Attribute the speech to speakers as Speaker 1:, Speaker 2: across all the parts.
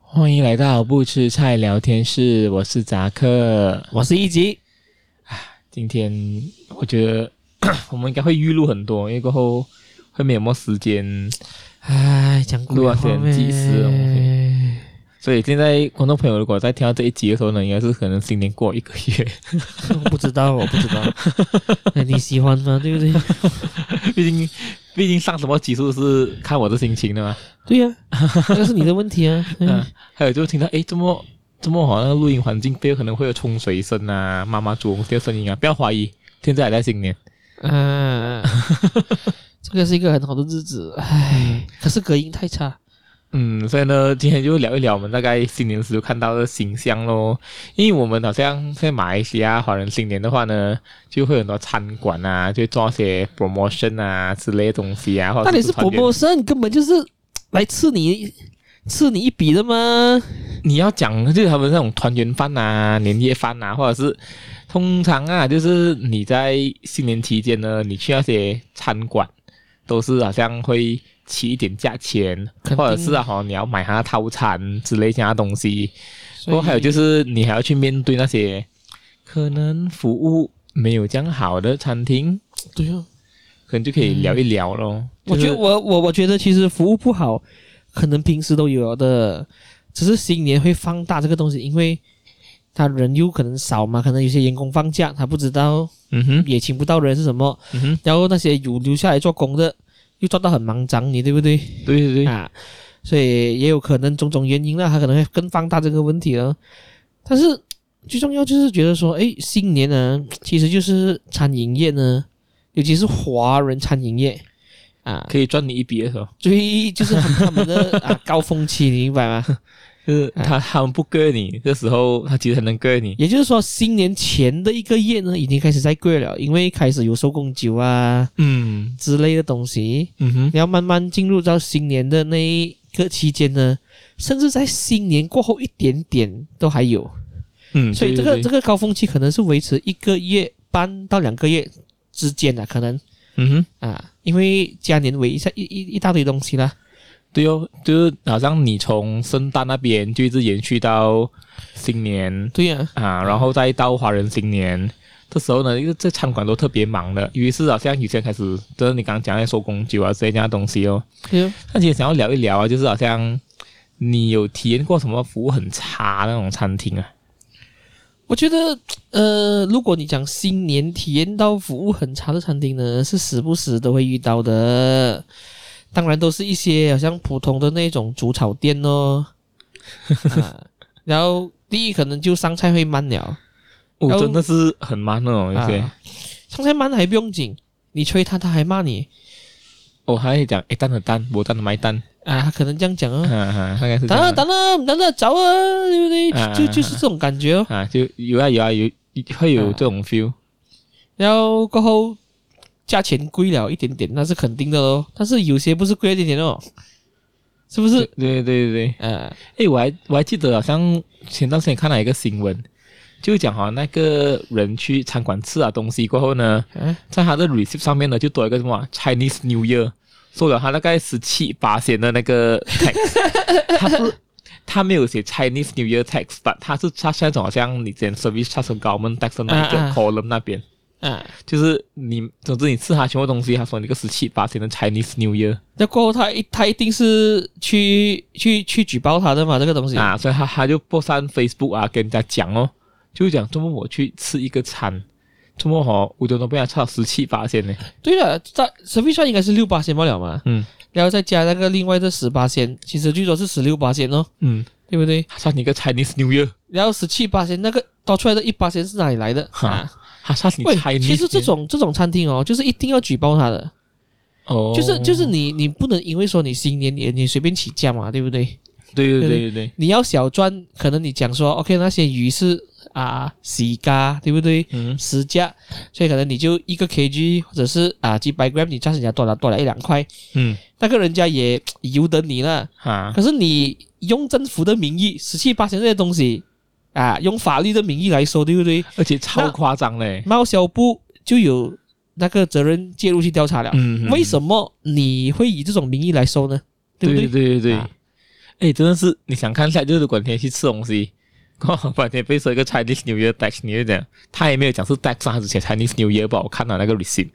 Speaker 1: 欢迎来到不吃菜聊天室，我是扎克。啊
Speaker 2: 我是一级，
Speaker 1: 今天我觉得 我们应该会预录很多，因为过后会没有么时间，
Speaker 2: 哎，讲
Speaker 1: 录啊先计时啊，OK 所以现在观众朋友如果在听到这一集的时候呢，应该是可能新年过一个月，
Speaker 2: 我不知道，我不知道， 哎你喜欢吗？对不对？
Speaker 1: 毕竟毕竟上什么集数是看我的心情的嘛。
Speaker 2: 对呀、那个是你的问题啊。
Speaker 1: 嗯、
Speaker 2: 嗯
Speaker 1: 还有就听到诶，这么这么好像录音环境背后可能会有冲水声啊、妈妈煮东西的声音啊，不要怀疑，现在还在新年。
Speaker 2: 啊，这个是一个很好的日子，哎，可是隔音太差。
Speaker 1: 嗯，所以呢，今天就聊一聊我们大概新年时候看到的形象咯。因为我们好像在马来西亚华人新年的话呢，就会有很多餐馆啊，就会做一些 promotion 啊之类的东西啊，或
Speaker 2: 那
Speaker 1: 者
Speaker 2: 你是
Speaker 1: 团圆
Speaker 2: promotion，根本就是来刺你，刺你一笔的吗？
Speaker 1: 你要讲就是他们那种团圆饭啊、年夜饭啊，或者是通常啊，就是你在新年期间呢，你去那些餐馆，都是好像会起一点价钱，
Speaker 2: 肯定
Speaker 1: 或者是啊，好你要买他的套餐之类这样的东西。
Speaker 2: 所，
Speaker 1: 哦然后还有就是是你还要去面对那些可能服务没有这样好的餐厅，
Speaker 2: 对啊，
Speaker 1: 可能就可以聊一聊咯。
Speaker 2: 嗯我
Speaker 1: 就是
Speaker 2: 觉得我我我觉得其实服务不好，可能平时都有的，只是新年会放大这个东西，因为他人又可能少嘛，可能有些员工放假，他不知道
Speaker 1: 嗯哼，
Speaker 2: 也请不到人是什么，
Speaker 1: 嗯哼，
Speaker 2: 然后那些有留下来做工的又做到很忙张，你对不对
Speaker 1: 对对对，
Speaker 2: 啊？所以也有可能种种原因啦，他可能会更放大这个问题了。但是最重要就是觉得说，哎，新年呢，其实就是餐饮业呢，尤其是华人餐饮业啊，
Speaker 1: 可以赚你一笔的时候。
Speaker 2: 最就是他们他 们的啊高峰期，你明白吗？
Speaker 1: 就是他他们不割你，这时候他其实很能割你。
Speaker 2: 也就是说，新年前的一个月呢，已经开始在贵了，因为开始有收工酒啊
Speaker 1: 嗯
Speaker 2: 之类的东西。
Speaker 1: 嗯哼，
Speaker 2: 你要慢慢进入到新年的那一个期间呢，甚至在新年过后一点点都还有，
Speaker 1: 嗯，
Speaker 2: 所以这
Speaker 1: 对
Speaker 2: 个
Speaker 1: 对
Speaker 2: 这个高峰期可能是维持一个月半到两个月之间啊的，可能
Speaker 1: 嗯哼，
Speaker 2: 啊，因为嘉年围一下一一一大堆东西啦，
Speaker 1: 对哦，就是好像你从圣诞那边就一直延续到新年
Speaker 2: 对呀、
Speaker 1: 啊，然后再到华人新年。这时候呢，因为这餐馆都特别忙的，于是好像有些人开始，就是你刚刚讲的收工酒啊之类这样的东西哦。
Speaker 2: 对啊呀、
Speaker 1: 那其实想要聊一聊啊，就是好像你有体验过什么服务很差的那种餐厅啊？
Speaker 2: 我觉得，呃，如果你讲新年体验到服务很差的餐厅呢，是时不时都会遇到的。当然，都是一些好像普通的那种煮炒店 哦。啊然后，第一可能就上菜会慢了，
Speaker 1: 我、
Speaker 2: 然后
Speaker 1: 哦真的是很慢那种，有些、
Speaker 2: 啊上菜慢还不用紧，你催他，他还骂你
Speaker 1: 我哦还会讲哎诶蛋的蛋，我蛋的买蛋，
Speaker 2: 啊，他可能这样讲
Speaker 1: 嗯、
Speaker 2: 哦，
Speaker 1: 啊，大概 是这
Speaker 2: 等
Speaker 1: 样
Speaker 2: 了
Speaker 1: 的。
Speaker 2: 等了等了，走啊，对不对？
Speaker 1: 啊
Speaker 2: 就就是这种感觉哦。
Speaker 1: 啊，就有啊有啊有，会有这种 feel。
Speaker 2: 然后过后，价钱贵了一点点，那是肯定的咯。但是有些不是贵一点点哦，是不是？
Speaker 1: 对对对对，
Speaker 2: 呃，
Speaker 1: 诶，我还我还记得好像前段时间看到一个新闻，就讲好像那个人去餐馆吃了东西过后呢，
Speaker 2: 嗯
Speaker 1: 在他的 receipt 上面呢就多一个什么啊 Chinese New Year，收了他大概十七八千的那个 tax，他 是。他没有写 Chinese New Year tax，但他是他是那种好像你之前 service charge and government tax 的那一个
Speaker 2: 啊啊
Speaker 1: column 那边，
Speaker 2: 啊，
Speaker 1: 就是你总之你吃他全部东西，他说你个十七八千的 Chinese New Year，
Speaker 2: 那过后他一他一定是去去去举报他的嘛，这个东西。
Speaker 1: 啊，所以他他就播上 Facebook 啊，跟人家讲哦，就讲周末我去吃一个餐，周末哦，五点钟被他差十七八千呢，
Speaker 2: 对了，在 service 上应该是六八千罢了嘛，
Speaker 1: 嗯
Speaker 2: 然后再加那个另外的十八千，其实最多是十六八千哦，
Speaker 1: 嗯，
Speaker 2: 对不对？
Speaker 1: 他差你一个 Chinese New Year，
Speaker 2: 然后十七八千那个多出来的一八千是哪里来的？
Speaker 1: 哈
Speaker 2: 啊，
Speaker 1: 他差你
Speaker 2: 喂
Speaker 1: Chinese，，
Speaker 2: 其实这种这种餐厅哦，就是一定要举报他的。
Speaker 1: 哦，
Speaker 2: 就是就是你你不能因为说你新年你你随便起价嘛，对不对？
Speaker 1: 对对对对对，
Speaker 2: 你要小赚，可能你讲说 OK 那些鱼是啊洗咖，对不对？
Speaker 1: 嗯
Speaker 2: 十价，所以可能你就一个 kg 或者是啊几百 gram，你赚人家多了多了一两块，
Speaker 1: 嗯
Speaker 2: 那个人家也由得你了。
Speaker 1: 哈，
Speaker 2: 可是你用政府的名义，十七八千这些东西啊，用法律的名义来说，对不对？
Speaker 1: 而且超夸张嘞，
Speaker 2: 贸销部就有那个责任介入去调查了。
Speaker 1: 嗯，
Speaker 2: 为什么你会以这种名义来收呢？对
Speaker 1: 对
Speaker 2: 不
Speaker 1: 对对对对
Speaker 2: 啊
Speaker 1: 哎，真的是你想看一下，就是如果你今天去吃东西， 刚好半天被说一个 Chinese New Year tax，你就讲他也没有讲是 tax，啊他只写 Chinese New Year 吧，我看啊到那个 receipt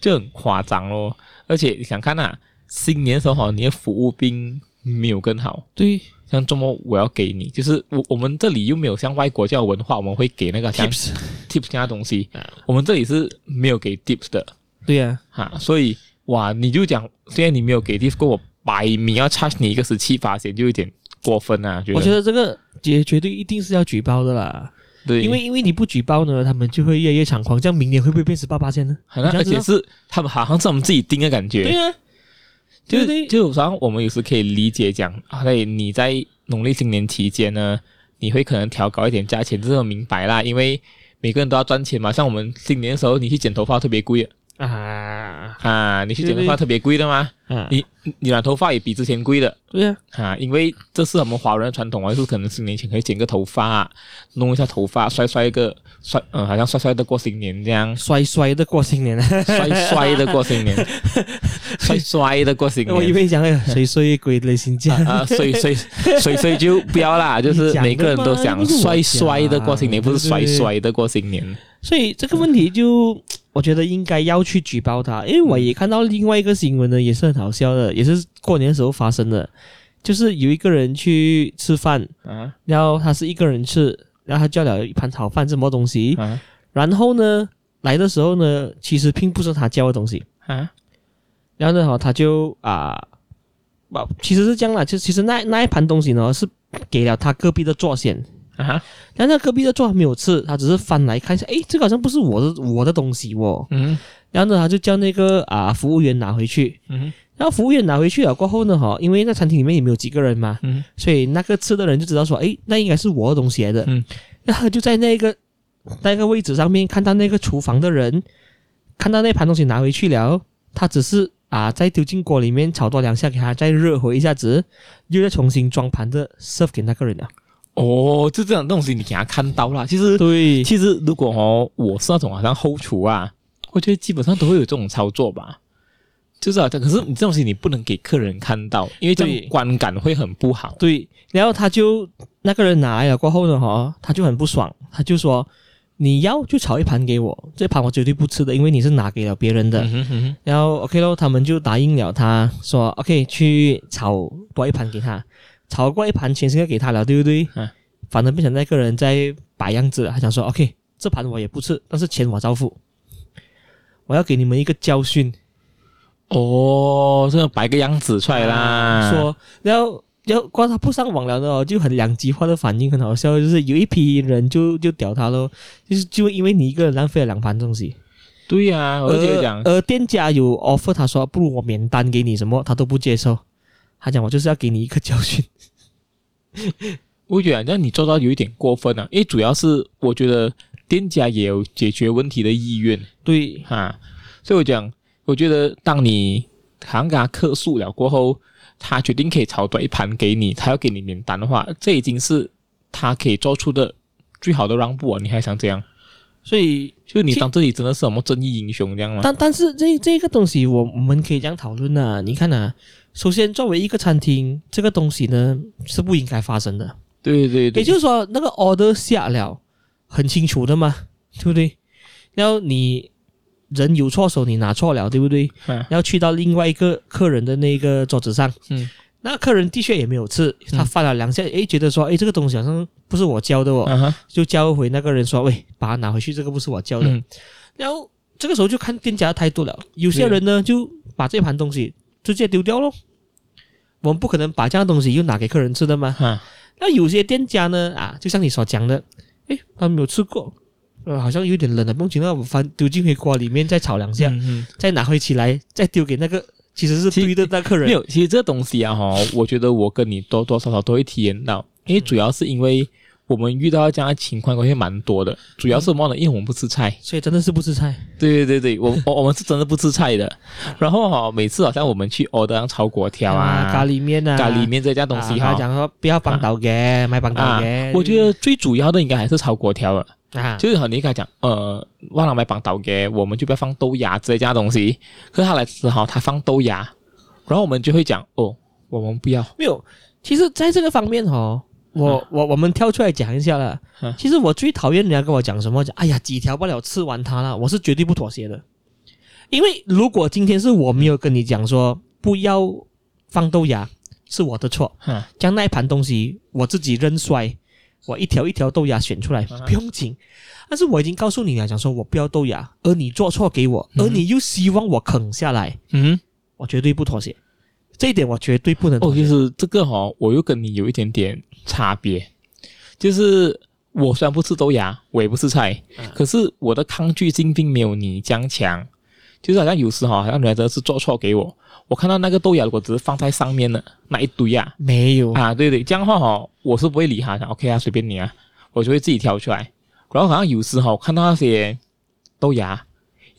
Speaker 1: 就很夸张咯。而且你想看啊，新年的时候哈，你的服务并没有更好，
Speaker 2: 对
Speaker 1: 像周末我要给你，就是我我们这里又没有像外国这样的文化，我们会给那个像
Speaker 2: tips，
Speaker 1: tips 那东西
Speaker 2: 啊，
Speaker 1: 我们这里是没有给 tips 的
Speaker 2: 对呀、
Speaker 1: 哈，所以哇，你就讲虽然你没有给 tips，过我百米要 charge 你一个十七八险就有点过分啊，觉得
Speaker 2: 我觉得这个也绝对一定是要举报的啦，
Speaker 1: 对，
Speaker 2: 因为因为你不举报呢，他们就会越来越猖狂，这样明年会不会变十八八千呢？
Speaker 1: 好像
Speaker 2: 你
Speaker 1: 啊而
Speaker 2: 这
Speaker 1: 且
Speaker 2: 样知
Speaker 1: 是他们好像是我们自己定的感
Speaker 2: 对
Speaker 1: 觉，
Speaker 2: 呀、啊，
Speaker 1: 就
Speaker 2: 对啊对
Speaker 1: 就好像我们有时可以理解讲，啊，对，你在农历新年期间呢，你会可能调高一点价钱，这个明白啦，因为每个人都要赚钱嘛，像我们新年的时候，你去剪头发特别贵的
Speaker 2: 啊
Speaker 1: 啊，你去剪头
Speaker 2: 对
Speaker 1: 发
Speaker 2: 对
Speaker 1: 特别贵的吗？
Speaker 2: 啊，
Speaker 1: 你你染头发也比之前贵了
Speaker 2: 对呀、，
Speaker 1: 啊，因为这是我们华人的传统啊，就是可能新年前可以剪个头发，弄一下头发，帅帅一个帅，嗯，好像帅帅的过新年这样
Speaker 2: 衰衰的过新年啊，
Speaker 1: 帅帅的过 新年，帅帅的过新
Speaker 2: 我以
Speaker 1: 年。
Speaker 2: 为讲 那个谁衰鬼的新疆。
Speaker 1: 啊，所 以所以所以所以就不要啦，就是每个人都想
Speaker 2: 你讲的嘛
Speaker 1: 帅帅的过新年，不
Speaker 2: 不
Speaker 1: 是
Speaker 2: 是我讲
Speaker 1: 帅帅的过新年。
Speaker 2: 所以这个问题就，我觉得应该要去举报他，因为我也看到另外一个新闻呢，也是很好笑的，也是过年的时候发生的，就是有一个人去吃饭，
Speaker 1: 啊
Speaker 2: 然后他是一个人吃，然后他叫了一盘炒饭，什么东西，
Speaker 1: 啊
Speaker 2: 然后呢来的时候呢，其实并不是他叫的东西，
Speaker 1: 啊！
Speaker 2: 然后呢，哦他就啊，不、其实是这样啦，就其实那那一盘东西呢是给了他隔壁的坐先，
Speaker 1: 啊，
Speaker 2: 然后那隔壁的座还没有吃，他只是翻来看一下，诶，这个好像不是我的我的东西哦。
Speaker 1: 嗯
Speaker 2: 然后呢，他就叫那个啊服务员拿回去。
Speaker 1: 嗯
Speaker 2: 然后服务员拿回去了过后呢，哈，因为那餐厅里面也没有几个人嘛，
Speaker 1: 嗯，
Speaker 2: 所以那个吃的人就知道说，诶，那应该是我的东西来的。
Speaker 1: 嗯，
Speaker 2: 然后就在那个那个位置上面看到那个厨房的人，看到那盘东西拿回去了，他只是啊再丢进锅里面炒多两下，给他再热回一下子，又再重新装盘的 serve 给那个人啊了。
Speaker 1: 哦，就这种东西你给他看到啦，其实
Speaker 2: 对，
Speaker 1: 其实如果哦，我是那种好像后厨啊，我觉得基本上都会有这种操作吧。就是好像，可是你这种东西你不能给客人看到，因为这
Speaker 2: 对
Speaker 1: 样观感会很不好。
Speaker 2: 对，然后他就那个人拿来了过后呢，哈，他就很不爽，他就说你要就炒一盘给我，这盘我绝对不吃的，因为你是拿给了别人的。
Speaker 1: 嗯哼嗯
Speaker 2: 然后 OK 咯，他们就答应了他，说 OK 去炒多一盘给他，炒过一盘钱先要给他了，对不对？
Speaker 1: 嗯
Speaker 2: 反正变成那个人在摆样子了，他想说 OK 这盘我也不吃，但是钱我照付，我要给你们一个教训。
Speaker 1: 哼，哦，这个摆个样子出来啦。
Speaker 2: 啊说然后要光他不上网了的哦，就很两极化的反应，很好笑。就是有一批人就就屌他咯，就是就因为你一个人浪费了两盘东西。
Speaker 1: 对呀、我就觉得讲，
Speaker 2: 呃，呃店家有 offer，他说不如我免单给你什么，他都不接受。他讲我就是要给你一个教训。
Speaker 1: 我觉得这样你做到有一点过分了、啊因为主要是我觉得店家也有解决问题的意愿
Speaker 2: 对，
Speaker 1: 哈。所以我讲，我觉得当你好像跟他客诉了过后，他决定可以炒短一盘给你，他要给你免单的话，这已经是他可以做出的最好的让步啊！你还想这样？
Speaker 2: 所以
Speaker 1: 就是你
Speaker 2: 其
Speaker 1: 当自己真的是什么正义英雄这样吗？
Speaker 2: 但但是这这个东西我我们可以这样讨论啊。你看啊，首先作为一个餐厅，这个东西呢是不应该发生的。
Speaker 1: 对对对，
Speaker 2: 也就是说，那个 order 下了，很清楚的嘛，对不对？然后你人有错手，你拿错了，对不对？
Speaker 1: 嗯
Speaker 2: 然后去到另外一个客人的那个桌子上，
Speaker 1: 嗯，
Speaker 2: 那客人的确也没有吃，他
Speaker 1: 嗯
Speaker 2: 翻了两下，诶，觉得说，诶，这个东西好像不是我教的哦，
Speaker 1: 嗯哼
Speaker 2: 就交回那个人说，喂，把它拿回去，这个不是我教的。
Speaker 1: 嗯
Speaker 2: 然后这个时候就看店家的态度了，有些人呢就把这盘东西直接丢掉咯。我们不可能把这样的东西又拿给客人吃的嘛，
Speaker 1: 哈
Speaker 2: 那有些店家呢，啊，就像你所讲的，诶，他没有吃过，呃，好像有点冷了，不用紧，那啊我翻丢进回锅里面再炒两下，
Speaker 1: 嗯嗯
Speaker 2: 再拿回起来，再丢给那个其实是
Speaker 1: 其
Speaker 2: 对的那客人。
Speaker 1: 没有，其实这东西啊，哈，我觉得我跟你多多少少都会体验到，因为主要是因为我们遇到这样的情况会蛮多的，主要是什么呢？因为我们不吃菜，
Speaker 2: 所以真的是不吃菜。
Speaker 1: 对对对对，我我我们是真的不吃菜的。然后哈、每次好像我们去 order 像炒粿条啊、
Speaker 2: 咖喱面啊，
Speaker 1: 咖喱面这家东
Speaker 2: 啊
Speaker 1: 西
Speaker 2: 他
Speaker 1: 哈
Speaker 2: 讲说不要帮倒给，买帮倒
Speaker 1: 啊
Speaker 2: 给。
Speaker 1: 我觉得最主要的应该还是炒粿条了。
Speaker 2: 得啊，
Speaker 1: 就是很你跟他讲，呃，忘了买绑倒给，我们就不要放豆芽之类这样的东西。可是他来吃哈，他放豆芽，然后我们就会讲，哦，我们不要。
Speaker 2: 没有。其实在这个方面哦，我、我我们跳出来讲一下啦
Speaker 1: 嗯。
Speaker 2: 其实我最讨厌人家跟我讲什么，讲哎呀几条不了吃完它啦，我是绝对不妥协的。因为如果今天是我没有跟你讲说不要放豆芽，是我的错，
Speaker 1: 哈
Speaker 2: 将那一盘东西我自己扔摔，我一条一条豆芽选出来，
Speaker 1: 嗯
Speaker 2: 不用紧。但是我已经告诉你了，讲说我不要豆芽，而你做错给我，而你又希望我啃下来，
Speaker 1: 嗯，
Speaker 2: 我绝对不妥协。这一点我绝对不能
Speaker 1: 哦，
Speaker 2: 妥
Speaker 1: 其
Speaker 2: 协。
Speaker 1: 实这个哈、我又跟你有一点点差别，就是我虽然不吃豆芽，我也不吃菜，
Speaker 2: 嗯
Speaker 1: 可是我的抗拒性并没有你这样强。就是好像有时哈、好像人家真的是做错给我，我看到那个豆芽，如果只是放在上面的那一堆啊，
Speaker 2: 没有，
Speaker 1: 啊，对对，这样的话哈、我是不会理他的，OK 啊，随便你啊，我就会自己挑出来。然后好像有时哈、我看到那些豆芽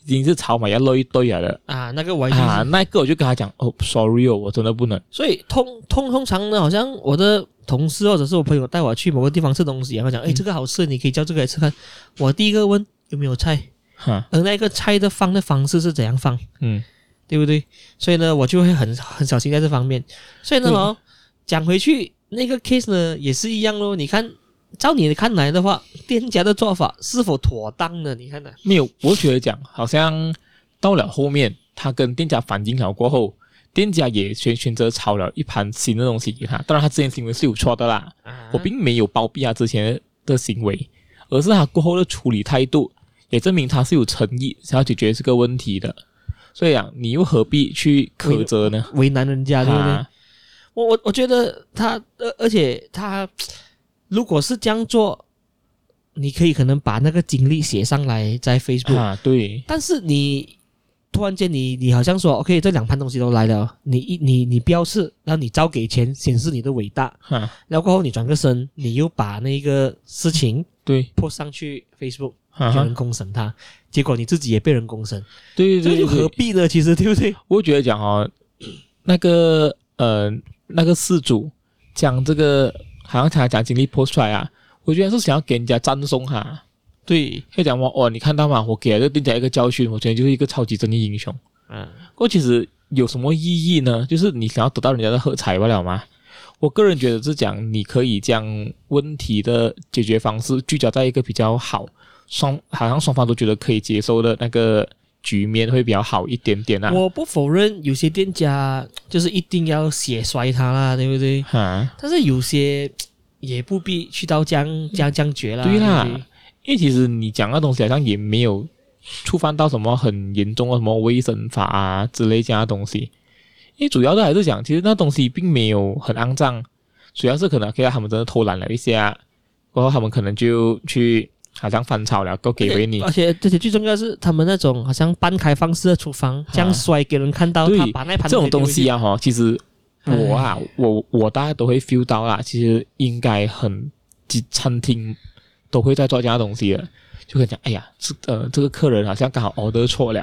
Speaker 1: 已经是草莓要落一堆了的
Speaker 2: 啊，那个我已经是、
Speaker 1: 啊，那个我就跟他讲，哦，sorry 哦，我真的不能。
Speaker 2: 所以通通通常呢，好像我的同事或者是我朋友带我去某个地方吃东西，然
Speaker 1: 嗯
Speaker 2: 后讲，哎、这个好吃，你可以叫这个来吃看。我第一个问有没有菜，
Speaker 1: 哈，
Speaker 2: 而那个菜的放的方式是怎样放，
Speaker 1: 嗯，
Speaker 2: 对不对？所以呢，我就会很很小心在这方面。所以呢，
Speaker 1: 对
Speaker 2: 哦，讲回去那个 case 呢，也是一样咯。你看，照你看来的话，店家的做法是否妥当呢？你看呢、
Speaker 1: 没有，我觉得讲好像到了后面，他跟店家反映了过后，店家也选选择炒了一盘新的东西给他。当然，他之前行为是有错的啦，
Speaker 2: 啊
Speaker 1: 我并没有包庇他之前的行为，而是他过后的处理态度，也证明他是有诚意想要解决这个问题的。所以啊，你又何必去苛责呢？
Speaker 2: 为难人家，对不对？
Speaker 1: 啊，
Speaker 2: 我我我觉得他，而而且他如果是这样做，你可以可能把那个经历写上来在 Facebook，、
Speaker 1: 啊，对，
Speaker 2: 但是你突然间你你好像说 OK，这两盘东西都来了，你一你你标示，然后你照给钱显示你的伟大，
Speaker 1: 哈、
Speaker 2: 然后过后你转个身，你又把那个事情
Speaker 1: 对，
Speaker 2: 泼上去 Facebook
Speaker 1: 啊哈、
Speaker 2: 给人
Speaker 1: 哈，
Speaker 2: 公审他，结果你自己也被人公审，
Speaker 1: 对
Speaker 2: 这
Speaker 1: 对对
Speaker 2: 就
Speaker 1: 对，
Speaker 2: 何必呢？其实对不对？
Speaker 1: 我觉得讲哦，那个呃，那个事主讲这个，好像他讲经历 post 出来啊，我觉得是想要给人家赞颂哈，
Speaker 2: 对，
Speaker 1: 就讲我哦，你看到吗？我给了这个店家一个教训，我今天就是一个超级正义英雄。
Speaker 2: 嗯，
Speaker 1: 过其实有什么意义呢？就是你想要得到人家的喝彩罢了吗？我个人觉得是讲，你可以将问题的解决方式聚焦在一个比较好，双好像双方都觉得可以接受的那个局面会比较好一点点啊。
Speaker 2: 我不否认有些店家就是一定要写衰它啦，对不
Speaker 1: 啊
Speaker 2: 对？
Speaker 1: 哈，
Speaker 2: 但是有些也不必去到将将将绝啦。
Speaker 1: 嗯对啦
Speaker 2: 不对
Speaker 1: 因为其实你讲那东西好像也没有触犯到什么很严重的什么卫生法啊之类这样的东西，因为主要的还是讲，其实那东西并没有很肮脏，主要是可能给他们真的偷懒了一下，然后他们可能就去好像翻炒了，都给回你
Speaker 2: 而。且而且最重要的是，他们那种好像半开放式的厨房，这样摔给人看到，
Speaker 1: 啊对
Speaker 2: 他把那盘
Speaker 1: 这种东西
Speaker 2: 啊，
Speaker 1: 啊，哈，其实我啊，我我大家都会 feel 到啦，其实应该很几餐厅都会在做这样的东西的，就跟你讲，哎呀，这呃这个客人好像刚好 order 错了，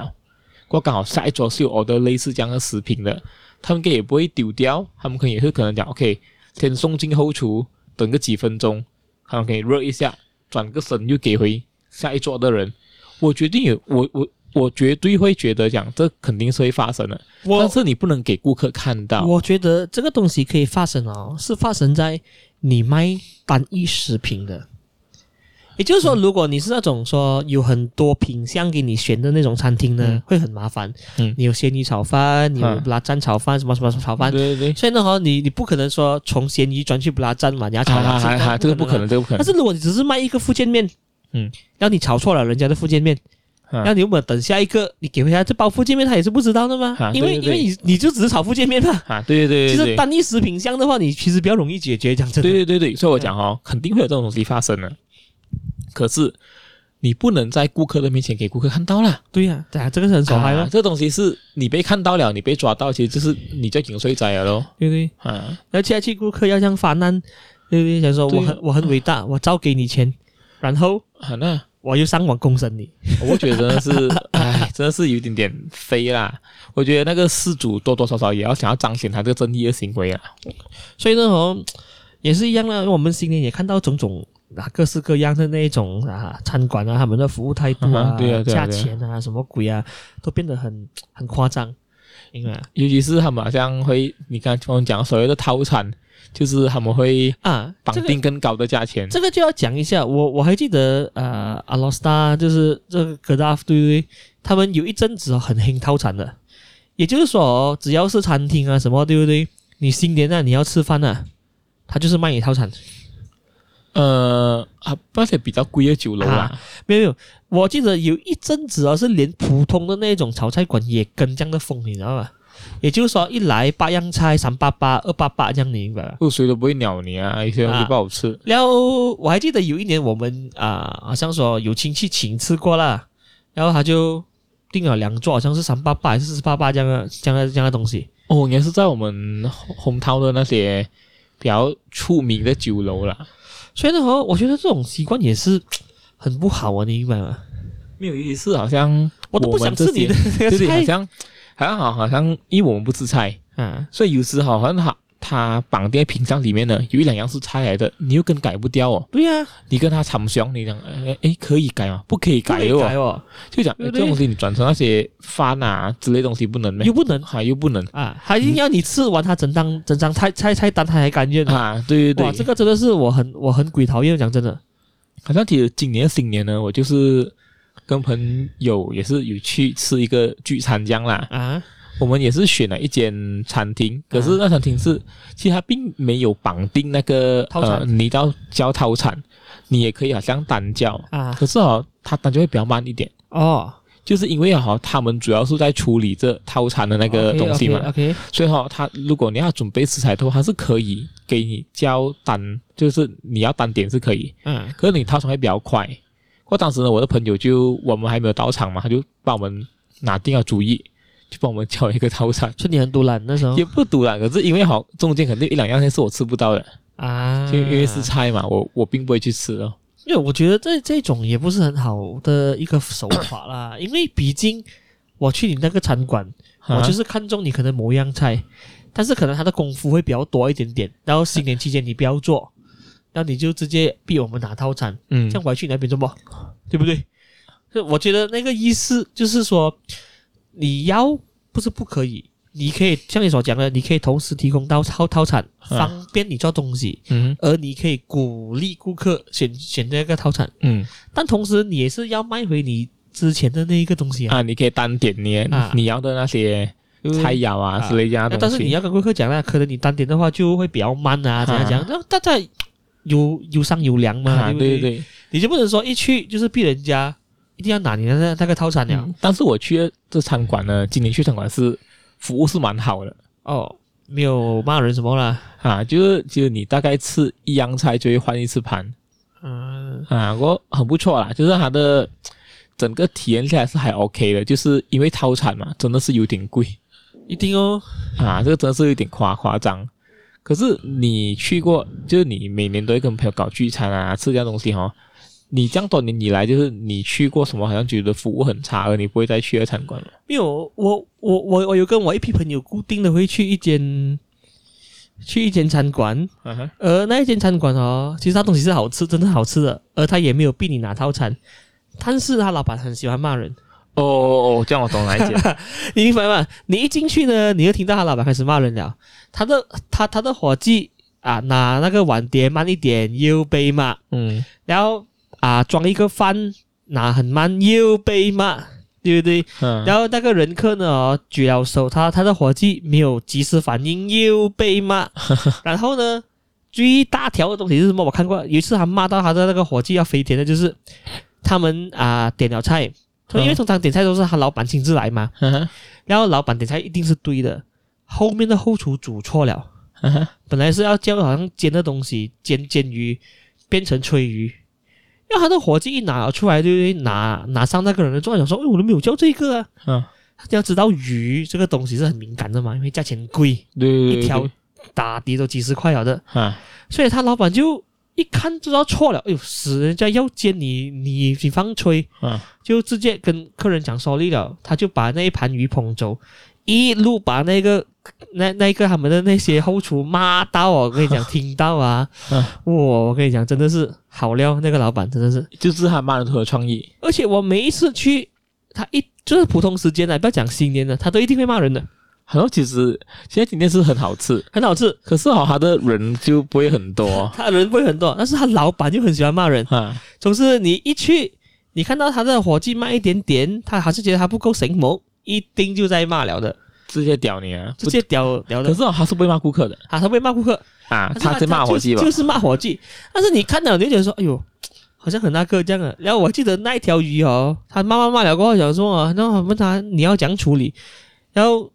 Speaker 1: 不过刚好下一桌是有 order 类似这样的食品的，他们应该也不会丢掉，他们可能也是可能讲，OK，先送进后厨，等个几分钟，他们可以热一下，转个身又给回下一桌的人。我决定有我我我绝对会觉得讲，这肯定是会发生的。但
Speaker 2: 我
Speaker 1: 是你不能给顾客看到。
Speaker 2: 我觉得这个东西可以发生哦，是发生在你卖单一食品的。也就是
Speaker 1: 嗯
Speaker 2: 说，如果你是那种说有很多品相给你选的那种餐厅呢，
Speaker 1: 嗯
Speaker 2: 会很麻烦。
Speaker 1: 嗯
Speaker 2: 你有咸鱼炒饭，你有
Speaker 1: 嗯
Speaker 2: 拉蘸炒饭，什么什么炒饭，
Speaker 1: 对对对，
Speaker 2: 所以呢，哈，哦你你不可能说从咸鱼转去布拉蘸嘛，你要炒
Speaker 1: 啊
Speaker 2: 两次
Speaker 1: 哈哈，这个不可。能，这个不可
Speaker 2: 但
Speaker 1: 能。
Speaker 2: 是如果你只是卖一个福建面，
Speaker 1: 嗯，
Speaker 2: 然后你炒错了人家的福建面，
Speaker 1: 啊
Speaker 2: 然后你有没有等下一个，你给回他这包福建面，他也是不知道的嘛，
Speaker 1: 啊
Speaker 2: 因
Speaker 1: 对
Speaker 2: 为
Speaker 1: 对对
Speaker 2: 因为你你就只是炒福建面嘛。
Speaker 1: 啊，对对对
Speaker 2: 其实
Speaker 1: 对对，
Speaker 2: 单一食品箱的话，你其实比较容易解决，讲真的。
Speaker 1: 对对对对，所以我讲哦，肯定会有这种东西发生的。可是你不能在顾客的面前给顾客看到啦，
Speaker 2: 对呀，对啊，这个是很手嗨
Speaker 1: 啊
Speaker 2: 了，
Speaker 1: 这东西是你被看到了，你被抓到，其实就是你叫饮水仔了咯。
Speaker 2: 对不对？
Speaker 1: 啊，
Speaker 2: 然后现在去顾客要这样发难，对不对？想说
Speaker 1: 对
Speaker 2: 我很我很伟 大，我照给你钱，然后
Speaker 1: 啊那
Speaker 2: 我又上网公审你。
Speaker 1: 我觉得真的是，哎，真的是有一点点飞啦。我觉得那个事主多多少少也要想要彰显他这个正义的行为啊。
Speaker 2: 所以呢，哦，也是一样啦。因为我们新年也看到种种啊，各式各样的那一种啊，餐馆啊，他们的服务态度
Speaker 1: 啊
Speaker 2: 啊，
Speaker 1: 哈对啊对啊
Speaker 2: 价钱啊，什么鬼啊，都变得很很夸张。明白吗
Speaker 1: 尤其是他们好像会，你刚刚刚讲所谓的套餐，就是他们会
Speaker 2: 啊，
Speaker 1: 绑
Speaker 2: 这个
Speaker 1: 定更高的价钱。
Speaker 2: 这个就要讲一下，我我还记得呃，阿拉斯达就是这个格达夫，对不对？他们有一阵子哦很兴套餐的，也就是说、哦，只要是餐厅啊什么，对不对？你新年啊，你要吃饭啊，他就是卖你套餐。
Speaker 1: 呃啊，而且比较贵的酒楼啊啦，
Speaker 2: 没有，没有，我记得有一阵子啊，是连普通的那种炒菜馆也跟这样的风，你知道吗？也就是说，一来八样菜三八八、二八八这样，你明白吧？
Speaker 1: 就谁都不会鸟你啊，有些东西
Speaker 2: 啊
Speaker 1: 不好吃。
Speaker 2: 然后我还记得有一年我们啊、好像说有亲戚请吃过啦，然后他就订了两桌，好像是三八八还是四八八这样的、这样的、这样的东西。
Speaker 1: 哦，应该是在我们红涛的那些比较出名的酒楼啦。
Speaker 2: 所以呢，哦我觉得这种习惯也是很不好啊，你明白吗？
Speaker 1: 没有，尤其是好像
Speaker 2: 我都不想吃你的
Speaker 1: 对
Speaker 2: 那个
Speaker 1: 对，好
Speaker 2: 菜
Speaker 1: 像好像好好像，因为我们不吃菜，
Speaker 2: 啊，
Speaker 1: 所以有时好像它它绑定在品相里面呢，有一两样是菜来的，你又更改不掉哦。
Speaker 2: 对呀、
Speaker 1: 你跟他长相，你讲哎哎可以改吗？不可以
Speaker 2: 不
Speaker 1: 改
Speaker 2: 可以
Speaker 1: 的哦，
Speaker 2: 改哦，
Speaker 1: 就讲
Speaker 2: 对
Speaker 1: 哎
Speaker 2: 不
Speaker 1: 这
Speaker 2: 对
Speaker 1: 种东西你转成那些饭啊之类的东西不能咩
Speaker 2: 又？不能
Speaker 1: 啊，又不能
Speaker 2: 啊，他硬要你吃完他整张整张菜菜菜单，他还甘愿啊。
Speaker 1: 啊，对对对，
Speaker 2: 哇，这个真的是我很我很鬼讨厌，讲真的。
Speaker 1: 好像其实今年新年呢，我就是跟朋友也是有去吃一个聚餐这样啦。
Speaker 2: 啊，
Speaker 1: 我们也是选了一间餐厅，可是那餐厅是、其实它并没有绑定那个
Speaker 2: 套餐
Speaker 1: 呃，你要交套餐，你也可以好像单交
Speaker 2: 啊
Speaker 1: 可是哦，它单交会比较慢一点，
Speaker 2: 哦，
Speaker 1: 就是因为哈、他们主要是在处理这套餐的那个东西嘛
Speaker 2: o k
Speaker 1: 所以哈、他如果你要准备食材的话，它是可以给你交单，就是你要单点是可以，
Speaker 2: 嗯，
Speaker 1: 可是你套餐会比较快。不过当时呢，我的朋友就我们还没有到场嘛，他就帮我们拿定了主意，就帮我们叫一个套餐，
Speaker 2: 所以你很独揽那时候
Speaker 1: 也不毒啦。可是因为好中间肯定有一两样菜是我吃不到的，
Speaker 2: 啊，
Speaker 1: 就因为是菜嘛，我我并不会去吃哦。
Speaker 2: 因为我觉得这这种也不是很好的一个手 法啦，因为毕竟我去你那个餐馆，
Speaker 1: 啊
Speaker 2: 我哦就是看中你可能某样菜，但是可能他的功夫会比较多一点点，然后新年期间你不要做，然后你就直接逼我们拿套餐，
Speaker 1: 嗯
Speaker 2: 这样我还去你那边做么？对不对？所以我觉得那个意思就是说，你要不是不可以，你可以像你所讲的，你可以同时提供到套套餐，
Speaker 1: 嗯
Speaker 2: 方便你做东西，
Speaker 1: 嗯
Speaker 2: 而你可以鼓励顾客选选这个套餐，
Speaker 1: 嗯
Speaker 2: 但同时你也是要卖回你之前的那一个东西啊。
Speaker 1: 啊，你可以单点你、
Speaker 2: 啊
Speaker 1: 你要的那些菜肴啊
Speaker 2: 啊
Speaker 1: 之类这样
Speaker 2: 那
Speaker 1: 的东西。
Speaker 2: 但是你要跟顾客讲啦，可能你单点的话就会比较慢啊，怎样讲？那大家有有商有量嘛，
Speaker 1: 啊，
Speaker 2: 不
Speaker 1: 对
Speaker 2: 对？
Speaker 1: 对
Speaker 2: 你就不能说一去就是逼人家一定要拿你的那那个套餐
Speaker 1: 对、
Speaker 2: 了。
Speaker 1: 嗯但是我去的这餐馆呢，今年去餐馆是服务是蛮好的。
Speaker 2: 哦，没有骂人什么啦。
Speaker 1: 啊，就是就是你大概吃一样菜就会换一次盘，
Speaker 2: 嗯
Speaker 1: 啊，我很不错啦，就是它的整个体验下来是还 OK 的，就是因为套餐嘛，真的是有点贵
Speaker 2: 一定哦，
Speaker 1: 啊，这个真的是有点夸夸张。可是你去过，就是你每年都会跟朋友搞聚餐啊，吃这样东西哈、哦。你这样多年以来，就是你去过什么好像觉得服务很差，而你不会再去的餐馆了？
Speaker 2: 没有我我我我有跟我一批朋友固定的会去一间去一间餐馆，
Speaker 1: 嗯哼，
Speaker 2: 而呃那一间餐馆哦，其实它东西是好吃，真的好吃的，而他也没有逼你拿套餐，但是他老板很喜欢骂人，
Speaker 1: 哦哦哦，这样我懂了一点。
Speaker 2: 你明白吗？你一进去呢，你就听到他老板开始骂人了，他的他他的伙计啊，拿那个碗碟慢一点，又被骂。
Speaker 1: 嗯
Speaker 2: 然后啊装一个饭，拿很慢又被骂，对不对？
Speaker 1: 嗯，
Speaker 2: 然后那个人客呢、哦、举了手，他他的伙计没有及时反应又被骂，然后呢最大条的东西是什么？我看过，有一次他骂到他的那个伙计要飞天的，就是他们啊、点了菜，因为通常点菜都是他老板亲自来嘛，
Speaker 1: 嗯哼
Speaker 2: 然后老板点菜一定是对的，后面的后厨煮错了，
Speaker 1: 嗯哼
Speaker 2: 本来是要叫好像煎的东西，煎煎鱼变成炊鱼，因为他的伙计一拿出来就拿拿上那个人的桌，想说，哎，我都没有叫这个啊。
Speaker 1: 嗯，
Speaker 2: 你要知道鱼这个东西是很敏感的嘛，因为价钱贵，
Speaker 1: 对对对
Speaker 2: 一条
Speaker 1: 对
Speaker 2: 打底都几十块了的，
Speaker 1: 啊，
Speaker 2: 所以他老板就一看就知道错了，哎呦，死人家要煎你，你你放吹，
Speaker 1: 嗯
Speaker 2: 就直接跟客人讲 sorry 了，他就把那一盘鱼捧走，一路把那个那那一个他们的那些后厨骂到哦，我跟你讲，听到啊，
Speaker 1: 嗯
Speaker 2: 哇，我跟你讲，真的是好料，那个老板真的是，
Speaker 1: 就是他蛮有创意。
Speaker 2: 而且我每一次去，他一就是普通时间啊，不要讲新年了，他都一定会骂人的，
Speaker 1: 然后其实现在今天是很好吃，
Speaker 2: 很好吃。
Speaker 1: 可是哦，他的人就不会很多
Speaker 2: 他人不会很多，但是他老板就很喜欢骂人，
Speaker 1: 啊。
Speaker 2: 总是你一去，你看到他的伙计卖一点点，他还是觉得他不够神谋，一盯就在骂了的，
Speaker 1: 直接屌你啊！
Speaker 2: 直接屌屌
Speaker 1: 不可
Speaker 2: 的。
Speaker 1: 是哦，他是不会骂顾客的
Speaker 2: 啊，他会骂顾客，
Speaker 1: 啊，
Speaker 2: 但是
Speaker 1: 他在骂伙计吧
Speaker 2: 就？就是骂伙计。但是你看到你就觉得说，哎呦，好像很那个这样啊。然后我记得那一条鱼哦，他骂骂骂了过后讲说啊，那我问他你要讲处理，然后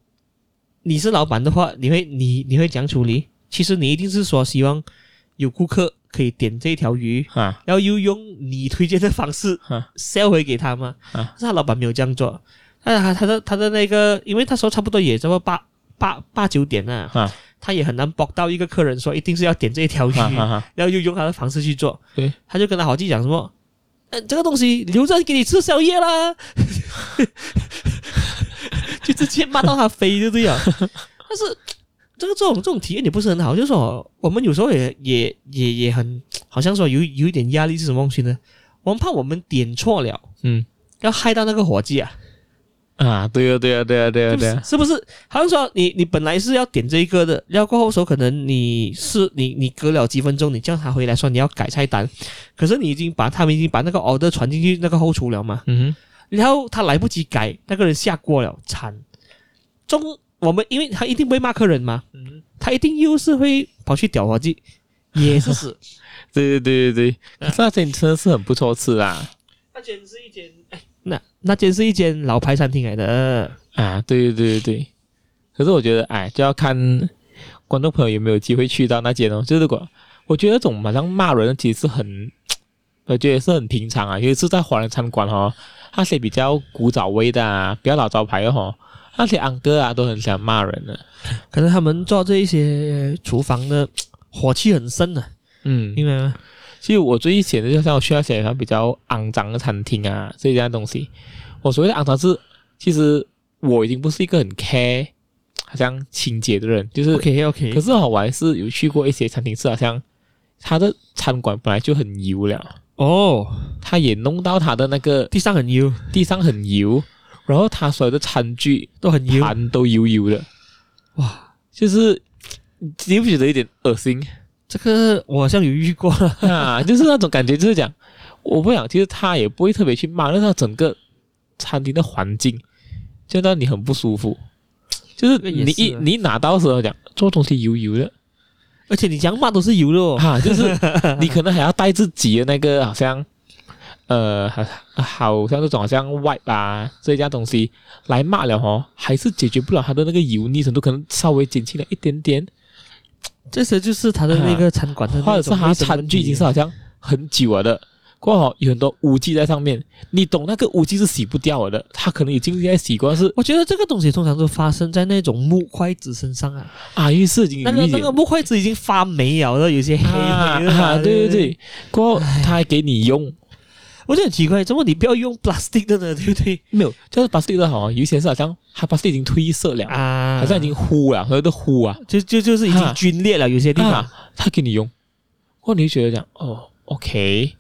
Speaker 2: 你是老板的话，你会你你会讲处理？其实你一定是说希望有顾客可以点这条鱼，
Speaker 1: 啊，
Speaker 2: 然后又用你推荐的方式
Speaker 1: 啊
Speaker 2: sell 回给他嘛。
Speaker 1: 啊
Speaker 2: 但是他老板没有这样做，但他他的他的那个，因为他说差不多也这么八八八九点了、
Speaker 1: 啊
Speaker 2: 他也很难驳到一个客人说一定是要点这一条鱼，
Speaker 1: 啊啊啊！
Speaker 2: 然后又用他的方式去做。
Speaker 1: 对，
Speaker 2: 他就跟他伙计讲什么，嗯、这个东西留着给你吃宵夜啦， 就直接骂到他飞就对了。但是这个这种这种体验也不是很好，就是说我们有时候也也也也很好像说有有一点压力是什么东西呢？我们怕我们点错了，
Speaker 1: 嗯
Speaker 2: 要害到那个伙计啊。
Speaker 1: 啊，对啊，对啊，对啊，对啊，对啊，
Speaker 2: 是不是？好像说你你本来是要点这一个的，然后过后说可能你是你你隔了几分钟，你叫他回来说你要改菜单，可是你已经把他们已经把那个 order 传进去那个后厨了嘛，
Speaker 1: 嗯哼，
Speaker 2: 然后他来不及改，那个人下锅了，惨。中我们因为他一定不会骂客人嘛，
Speaker 1: 嗯
Speaker 2: 他一定又是会跑去屌伙计，也 是死。
Speaker 1: 对对对对对。可
Speaker 2: 啊
Speaker 1: 是那间真的是很不错吃啊啦
Speaker 2: 那间是一间，哎，那那间是一间老牌餐厅来的。呃
Speaker 1: 啊，对对对对。可是我觉得，哎，就要看观众朋友有没有机会去到那间哦。就是如果我觉得这种马上骂人，其实是很，我觉得也是很平常啊。尤其是在华人餐馆哦，那些比较古早味的啊，比较老招牌的哦，那些安哥啊都很喜欢骂人的。
Speaker 2: 可能他们做这一些厨房的火气很深的、
Speaker 1: 嗯，
Speaker 2: 明白吗？
Speaker 1: 其实我最以前的就像我去那些比较肮脏的餐厅啊，这些东西，我所谓的肮脏是，其实我已经不是一个很 care 好像清洁的人，就是。
Speaker 2: OK OK，
Speaker 1: 可是哦，我还是有去过一些餐厅，是好像他的餐馆本来就很油了，
Speaker 2: 哦，
Speaker 1: 他也弄到他的那个
Speaker 2: 地上很油，
Speaker 1: 地上很油，然后他所有的餐具
Speaker 2: 都很油，
Speaker 1: 盘都油油的，
Speaker 2: 哇，
Speaker 1: 就是你不觉得有点恶心？
Speaker 2: 这个我好像有遇过 了，
Speaker 1: 啊，就是那种感觉，就是讲，我不想，其实他也不会特别去骂，但是他整个餐厅的环境就让你很不舒服。就是
Speaker 2: 这个也
Speaker 1: 你
Speaker 2: 是
Speaker 1: 一
Speaker 2: 啊
Speaker 1: 你一拿到的时候讲，做东西油油的
Speaker 2: 而且你讲骂都是油的哦，
Speaker 1: 啊，就是你可能还要带自己的那个好像，呃，好好像这种好像 wipe 啊这家东西来骂了哦，还是解决不了它的那个油腻程度，可能稍微减轻了一点点，
Speaker 2: 这些就是他的那个餐馆的那种
Speaker 1: 啊或者是它
Speaker 2: 卫生问
Speaker 1: 餐具已
Speaker 2: 题
Speaker 1: 经是好像很久了的，过后有很多污迹在上面，你懂那个污迹是洗不掉了的，它可能已经在洗过，但是
Speaker 2: 我觉得这个东西通常都发生在那种木筷子身上啊，
Speaker 1: 啊，因为是已经
Speaker 2: 那
Speaker 1: 有
Speaker 2: 个
Speaker 1: 一
Speaker 2: 那
Speaker 1: 点
Speaker 2: 个。木筷子已经发霉了，然后有些黑
Speaker 1: 啊
Speaker 2: 黑的嘛
Speaker 1: 啊，对对，对，过后他还给你用，
Speaker 2: 我就很奇怪，怎么你不要用 plastic 的呢，对不对？
Speaker 1: 没有，就是把 a 的好，有一些是好像它把 a 已经褪色了，
Speaker 2: 啊，
Speaker 1: 好像已经糊了，所有的糊啊，
Speaker 2: 就就就是已经
Speaker 1: 啊
Speaker 2: 皲裂了，有些地方，
Speaker 1: 啊，他给你用，过后你就觉得讲哦，OK，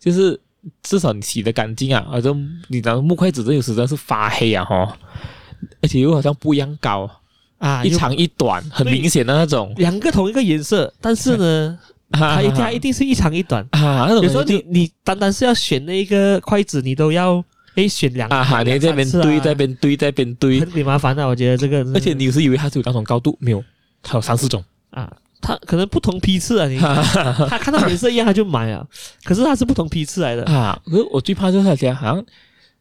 Speaker 1: 就是至少你洗的干净啊，而且你拿木筷子这有时真是发黑啊哈，而且又好像不一样高，
Speaker 2: 啊，
Speaker 1: 一
Speaker 2: 就
Speaker 1: 长一短，很明显的那种，
Speaker 2: 两个同一个颜色，但是呢，它
Speaker 1: 他
Speaker 2: 一它一定是一长一短。
Speaker 1: 啊，那种
Speaker 2: 有时候
Speaker 1: 就
Speaker 2: 你你单单是要选那一个筷子，你都要诶选两
Speaker 1: 啊哈，你在那边堆，在那边堆，在那边堆，
Speaker 2: 很挺麻烦啊的。我觉得这个真的
Speaker 1: 而且你是以为它只有两种高度，没有，它有三四种，
Speaker 2: 啊，它可能不同批次 啊，你
Speaker 1: 哈哈哈
Speaker 2: 他看到颜色一样他就买啊，可是它是不同批次 来的
Speaker 1: 啊，可是我最怕就是好像好像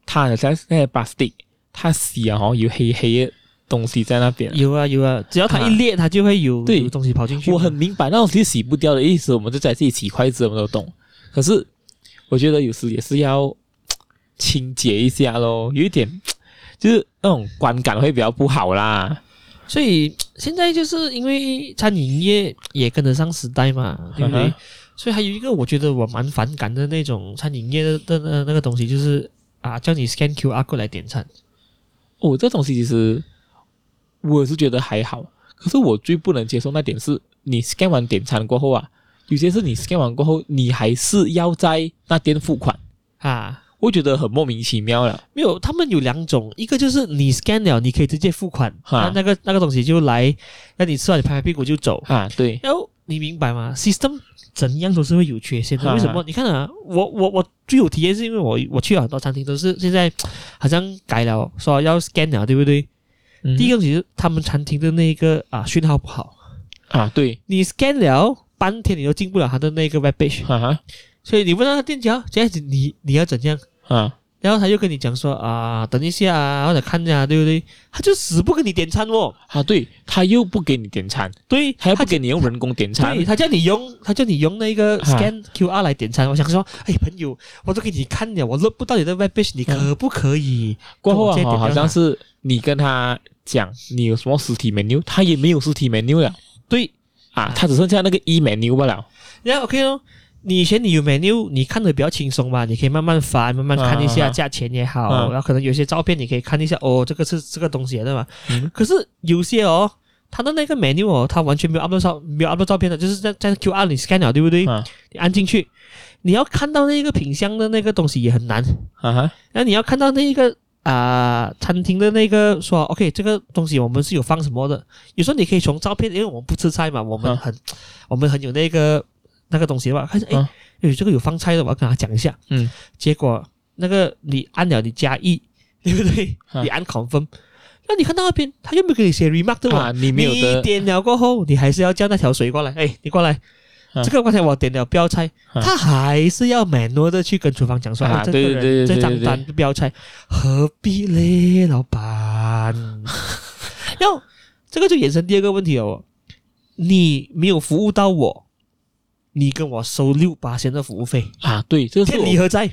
Speaker 1: 它好像那些 plastic，它洗啊哦，有黑黑的东西在那边。
Speaker 2: 有啊有啊，只要它一裂，它就会有
Speaker 1: 对
Speaker 2: 有东西跑进去。
Speaker 1: 我很明白那种是洗不掉的意思，我们就在自己洗筷子，我们都懂。可是我觉得有时也是要清洁一下咯，有一点就是那种观感会比较不好啦。
Speaker 2: 所以现在就是因为餐饮业也跟得上时代嘛，对不对？
Speaker 1: 嗯哼
Speaker 2: 所以还有一个我觉得我蛮反感的那种餐饮业的的的那个东西，就是啊，叫你 scan QR code 来点餐。
Speaker 1: 哦，这东西其实我也是觉得还好，可是我最不能接受那点是，你 scan 完点餐过后啊，有些是你 scan 完过后，你还是要在那边付款。
Speaker 2: 啊，
Speaker 1: 我觉得很莫名其妙了。
Speaker 2: 没有，他们有两种，一个就是你 scan 了，你可以直接付款，
Speaker 1: 哈
Speaker 2: 那那个那个东西就来，让你吃完你拍拍屁股就走。
Speaker 1: 啊，对，
Speaker 2: 然后你明白吗？system 怎样都是会有缺陷的。
Speaker 1: 哈
Speaker 2: 为什么？你看啊，我我我最有体验是因为我我去了很多餐厅，都是现在好像改了，说要 scan 了，对不对？
Speaker 1: 嗯
Speaker 2: 第一个其实他们餐厅的那个啊讯号不好，
Speaker 1: 啊，对，
Speaker 2: 你 scan 了半天你都进不了他的那个 web page，
Speaker 1: 啊哈
Speaker 2: 所以你问他店家，这样子你你要怎样？
Speaker 1: 啊，
Speaker 2: 然后他又跟你讲说啊，等一下啊，或者看一下，对不对？他就死不跟你点餐哦，
Speaker 1: 啊，对，他又不给你点餐，
Speaker 2: 对，
Speaker 1: 他又不
Speaker 2: 他
Speaker 1: 给你用人工点餐
Speaker 2: 对，他叫你用，他叫你用那个
Speaker 1: 啊
Speaker 2: scan QR 来点餐。我想说，哎，朋友，我都给你看了，我录不到你的 web page，你
Speaker 1: 啊
Speaker 2: 可不可以？
Speaker 1: 过后
Speaker 2: 我先
Speaker 1: 啊，
Speaker 2: 点
Speaker 1: 好
Speaker 2: 掉
Speaker 1: 像
Speaker 2: 它
Speaker 1: 是你跟他讲你有什么实体 menu，他也没有实体 menu 了
Speaker 2: 对，
Speaker 1: 啊，他只剩下那个 e menu 罢了。
Speaker 2: 然后 OK 哦。你以前你有 menu，你看的比较轻松嘛，你可以慢慢翻，慢慢看一
Speaker 1: 啊啊
Speaker 2: 下
Speaker 1: 啊
Speaker 2: 价钱也好，
Speaker 1: 啊
Speaker 2: 然后可能有些照片你可以看一下，哦，这个是这个东西来的嘛。
Speaker 1: 嗯
Speaker 2: 可是有些哦，他的那个 menu 哦，他完全没有 upload 照，没有 upload 照片的，就是在在 QR 你 scan 了，对不对？
Speaker 1: 啊
Speaker 2: 你按进去，你要看到那个品相的那个东西也很难。
Speaker 1: 啊哈，
Speaker 2: 那你要看到那一个啊、餐厅的那个说，OK，这个东西我们是有放什么的。有时候你可以从照片，因为我们不吃菜嘛，我们
Speaker 1: 嗯
Speaker 2: 很、我们很有那个那个东西的话，看是哎，
Speaker 1: 嗯
Speaker 2: 有、这个有放菜的，我要跟他讲一下。
Speaker 1: 嗯，
Speaker 2: 结果那个你按了你加一，对不对？
Speaker 1: 嗯
Speaker 2: 你按 confirm，那你看到那边他又没有给你写 remark 的哦嘛？
Speaker 1: 啊，你没有
Speaker 2: 你
Speaker 1: 的
Speaker 2: 点了过后，你还是要叫那条水过来，哎，你过来。
Speaker 1: 嗯
Speaker 2: 这个刚才我点了标菜，
Speaker 1: 嗯
Speaker 2: 他还是要 manual 的去跟厨房讲说，
Speaker 1: 啊
Speaker 2: 哎这个人
Speaker 1: 对对对对
Speaker 2: 这张单标菜，何必嘞，老 板？然后这个就衍生第二个问题了哦，你没有服务到我，你跟我收六八千的服务费，
Speaker 1: 啊，对，这个是
Speaker 2: 天
Speaker 1: 我
Speaker 2: 理何在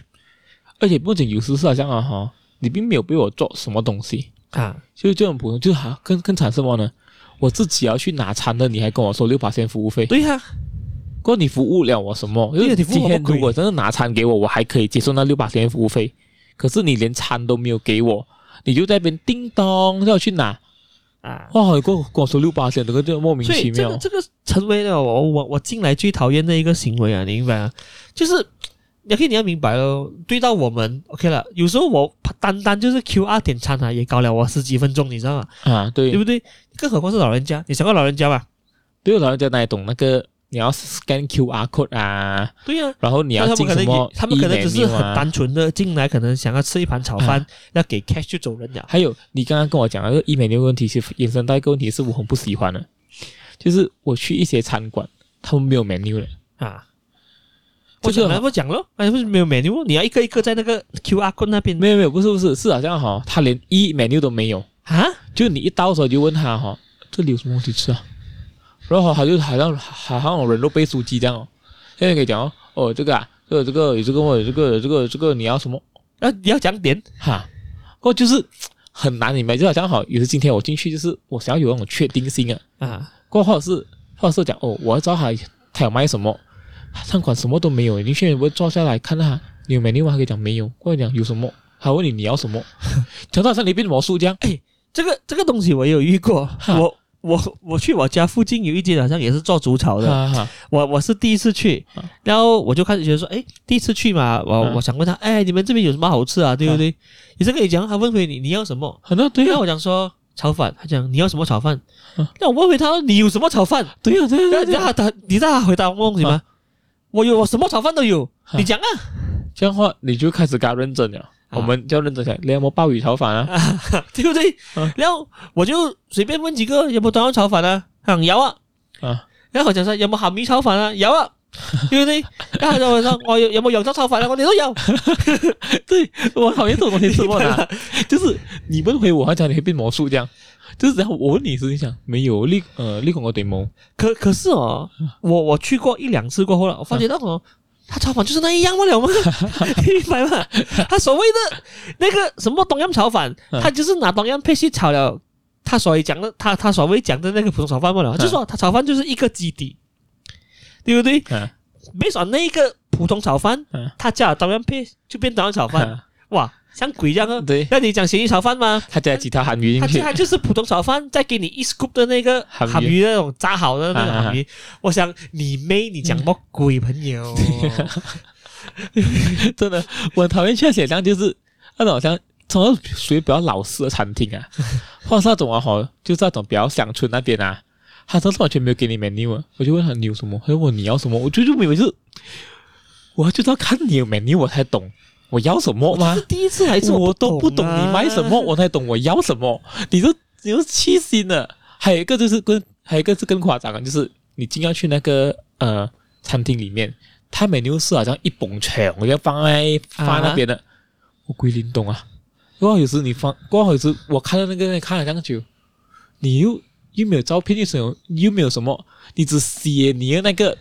Speaker 1: 而且不仅有时是好像啊哈，你并没有被我做什么东西，
Speaker 2: 啊？
Speaker 1: 就是这种普通，就是哈、更更惨什么呢？我自己要去拿餐的，你还跟我收六八千服务费，
Speaker 2: 对呀、
Speaker 1: 过后你服务了我什么？
Speaker 2: 对
Speaker 1: 因
Speaker 2: 呀
Speaker 1: 为
Speaker 2: 你服务
Speaker 1: 今
Speaker 2: 我
Speaker 1: 天
Speaker 2: 不
Speaker 1: 如
Speaker 2: 贵
Speaker 1: 果真的拿餐给我，我还可以接受那六八千服务费，可是你连餐都没有给我，你就在那边叮咚要去拿，
Speaker 2: 啊，
Speaker 1: 哇，你给我给我收六八千，这个就莫名
Speaker 2: 所
Speaker 1: 其
Speaker 2: 以这
Speaker 1: 妙
Speaker 2: 个这个成为了我我我近来最讨厌的一个行为啊，你明白啊？就是。也可以，你要明白咯，对到我们 OK 了。有时候我单单就是 QR 点餐啊，也搞了我十几分钟，你知道吗？
Speaker 1: 啊，对
Speaker 2: 对，不对？更何况是老人家，你想过老人家吧？
Speaker 1: 对，老人家哪里懂那个？你要 scan QR code 啊，
Speaker 2: 对呀、
Speaker 1: 然后你要
Speaker 2: 那他们
Speaker 1: 进
Speaker 2: 可
Speaker 1: 什
Speaker 2: 能
Speaker 1: 么
Speaker 2: 也，他们可能只是
Speaker 1: e-menu
Speaker 2: 很
Speaker 1: 啊
Speaker 2: 单纯的进来，可能想要吃一盘炒饭，要给 cash 就走人了。
Speaker 1: 还有你刚刚跟我讲那个医美的问题，其实延伸到一个问题是我很不喜欢的，就是我去一些餐馆，他们没有 menu 了。
Speaker 2: 啊。
Speaker 1: 这个
Speaker 2: 我讲了，我讲了，哎，不是没有 menu，你要一个一个在那个 QR code 那边
Speaker 1: 没有没有，不是不是，是好像哈、他连一 menu 都没有，
Speaker 2: 啊？
Speaker 1: 就你一到的时候就问他哈、这里有什么东西吃啊？然后他就好像好像有人肉背书机这样哦，现在可以讲哦，哦这个啊，这个这个有这个有这个有这个有这个你要什么
Speaker 2: 要你要讲点
Speaker 1: 哈？哦就是很难明白，就好像好，也是今天我进去就是我想要有那种确定性啊，
Speaker 2: 啊？
Speaker 1: 过后或者是或者是讲哦，我要知道他他有卖什么，他餐馆什么都没有，你去我坐下来看他，你有 menu 吗？他可以讲没有，或者讲有什么，他问你你要什么，讲到好像你变魔术这样，
Speaker 2: 这个这个东西我也有遇过，我我我去我家附近有一间好像也是做竹草的，
Speaker 1: 哈哈，
Speaker 2: 我我是第一次去
Speaker 1: 啊，
Speaker 2: 然后我就开始觉得说，哎，第一次去嘛，我
Speaker 1: 啊
Speaker 2: 我想问他，哎，你们这边有什么好吃啊？对不对？你这个也讲，他问回你你要什么？
Speaker 1: 很多对
Speaker 2: 对啊，
Speaker 1: 呀
Speaker 2: 我讲说炒饭，他讲你要什么炒饭
Speaker 1: 啊？
Speaker 2: 那我问回他你有什么炒饭？
Speaker 1: 对呀对
Speaker 2: 然
Speaker 1: 呀
Speaker 2: 后
Speaker 1: 对
Speaker 2: 然
Speaker 1: 呀，
Speaker 2: 后他你知道他回答我什么？我有我什么炒饭都有，
Speaker 1: 啊
Speaker 2: 你讲啊。
Speaker 1: 这样的话你就开始搞认真了，我们就要认真起来，连么鲍鱼炒饭啊，
Speaker 2: 对不对？
Speaker 1: 嗯
Speaker 2: 然后我就随便问几个，有没有端午炒饭啊？他讲有啊。
Speaker 1: 啊
Speaker 2: 然后我讲说有没有咸鱼炒饭啊？有啊，对不对？然后我 就说我有有没有扬州炒饭啊？我你都有，
Speaker 1: 我讨厌这种东西是么 呢？就是你问回我，他讲你会变魔术这样，就是然后我问你是你想没有你呃你跟我对吗？
Speaker 2: 可可是哦，
Speaker 1: 嗯
Speaker 2: 我我去过一两次过后了，我发觉到哦。他炒饭就是那一样不了 吗？你明白吗？他所谓的那个什么东阳炒饭，
Speaker 1: 嗯
Speaker 2: 他就是拿东阳配去炒了。他所以讲的，他他所谓讲的那个普通炒饭
Speaker 1: 嗯
Speaker 2: 不了，就是说他炒饭就是一个基底，对不对？
Speaker 1: 啊
Speaker 2: 没想那个普通炒饭
Speaker 1: 嗯，
Speaker 2: 他加了刀片配就变刀炒饭，
Speaker 1: 啊
Speaker 2: 哇，像鬼一样啊！
Speaker 1: 对，
Speaker 2: 那你讲咸鱼炒饭吗？
Speaker 1: 他加其他韩语进
Speaker 2: 他
Speaker 1: 去
Speaker 2: 就，他就是普通炒饭，再给你一 scoop 的那个
Speaker 1: 韩鱼
Speaker 2: 韩鱼那种炸好的那
Speaker 1: 啊啊
Speaker 2: 种
Speaker 1: 啊
Speaker 2: 韩鱼。我想你妹，你讲乜鬼朋友？
Speaker 1: 真的，我很讨厌去那些像就是啊那种好像通常属于比较老式的餐厅 啊，或者是那种啊吼，就是那种比较乡村那边啊，他都是完全没有给你 menu 啊，我就问他你有什么，他就问你要什么，我就就以为是，我就是要看你有 menu 我才懂我要什么吗
Speaker 2: 是？第一次来吃，
Speaker 1: 我都
Speaker 2: 不
Speaker 1: 不懂你买什么，
Speaker 2: 啊
Speaker 1: 我才懂我要什么。你都你都气心了。还有一个就是更，还有一个是更夸张的，就是你进要去那个呃餐厅里面，他 menu 是好像一捧全，我要放在放在那边的，我鬼灵懂啊。过后有时你放，过后有时我看到那个看了这样久，你又又没有照片，又没有又没有什么，你只写你的那个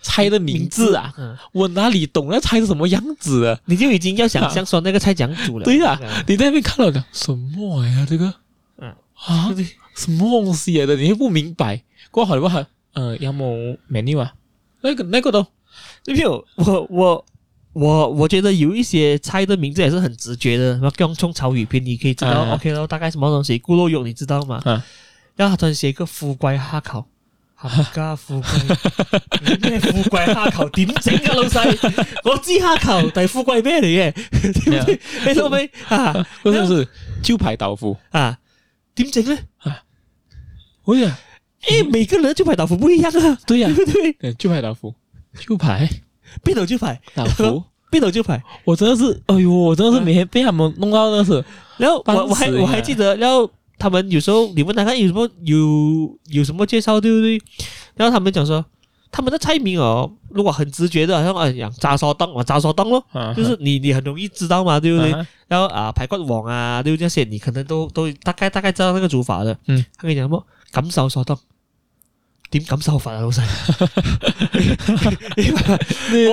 Speaker 1: 菜的名字啊，
Speaker 2: 嗯
Speaker 1: 我哪里懂那菜是什么样子啊？
Speaker 2: 你就已经要想象说那个菜讲煮了。
Speaker 1: 对啊呀、 你在那边看到的什么呀？这个，
Speaker 2: 嗯
Speaker 1: 啊，什么东西来的？你又不明白。过好了过好，呃，要么 menu 啊，那个那个都
Speaker 2: 没有，我我我我觉得有一些菜的名字也是很直觉的，什么姜葱炒鱼片，你可以知道、
Speaker 1: 啊
Speaker 2: OK 咯，大概什么东西，咕噜肉你知道吗？
Speaker 1: 啊
Speaker 2: 然后他突然写一个富贵虾球，冚家富 貴，咩富貴蝦球點整 啊老細？我知蝦球，但係富貴咩嚟 嘅？點知你老味啊
Speaker 1: 不是不是就排豆腐。
Speaker 2: 啊？點整咧？
Speaker 1: 哎呀，
Speaker 2: 诶，每個人的豬排豆腐不一樣啊，
Speaker 1: 对呀、
Speaker 2: 對不 對？
Speaker 1: 对就排豆腐，就排
Speaker 2: 邊度豬排？
Speaker 1: 豆腐。
Speaker 2: 邊度豬排？
Speaker 1: 我真的是，哎呦，我真的是每天被他们弄到，真的是
Speaker 2: 然後我我
Speaker 1: 當時
Speaker 2: 還我還記得，然後他們有時候你問大家有什麼有有什麼介紹，對不對？然後他們講說。他們的菜名哦，如果很直覺的，好像哎呀炸燒檔，我炸燒檔咯，
Speaker 1: 啊，
Speaker 2: 就是你你很容易知道嘛，对不对？
Speaker 1: 啊
Speaker 2: 然后啊，排骨王啊，对这些，你可能都都大概大概知道那个煮法的。
Speaker 1: 嗯，
Speaker 2: 他跟你讲什么感受所得，点感受法啊，老细？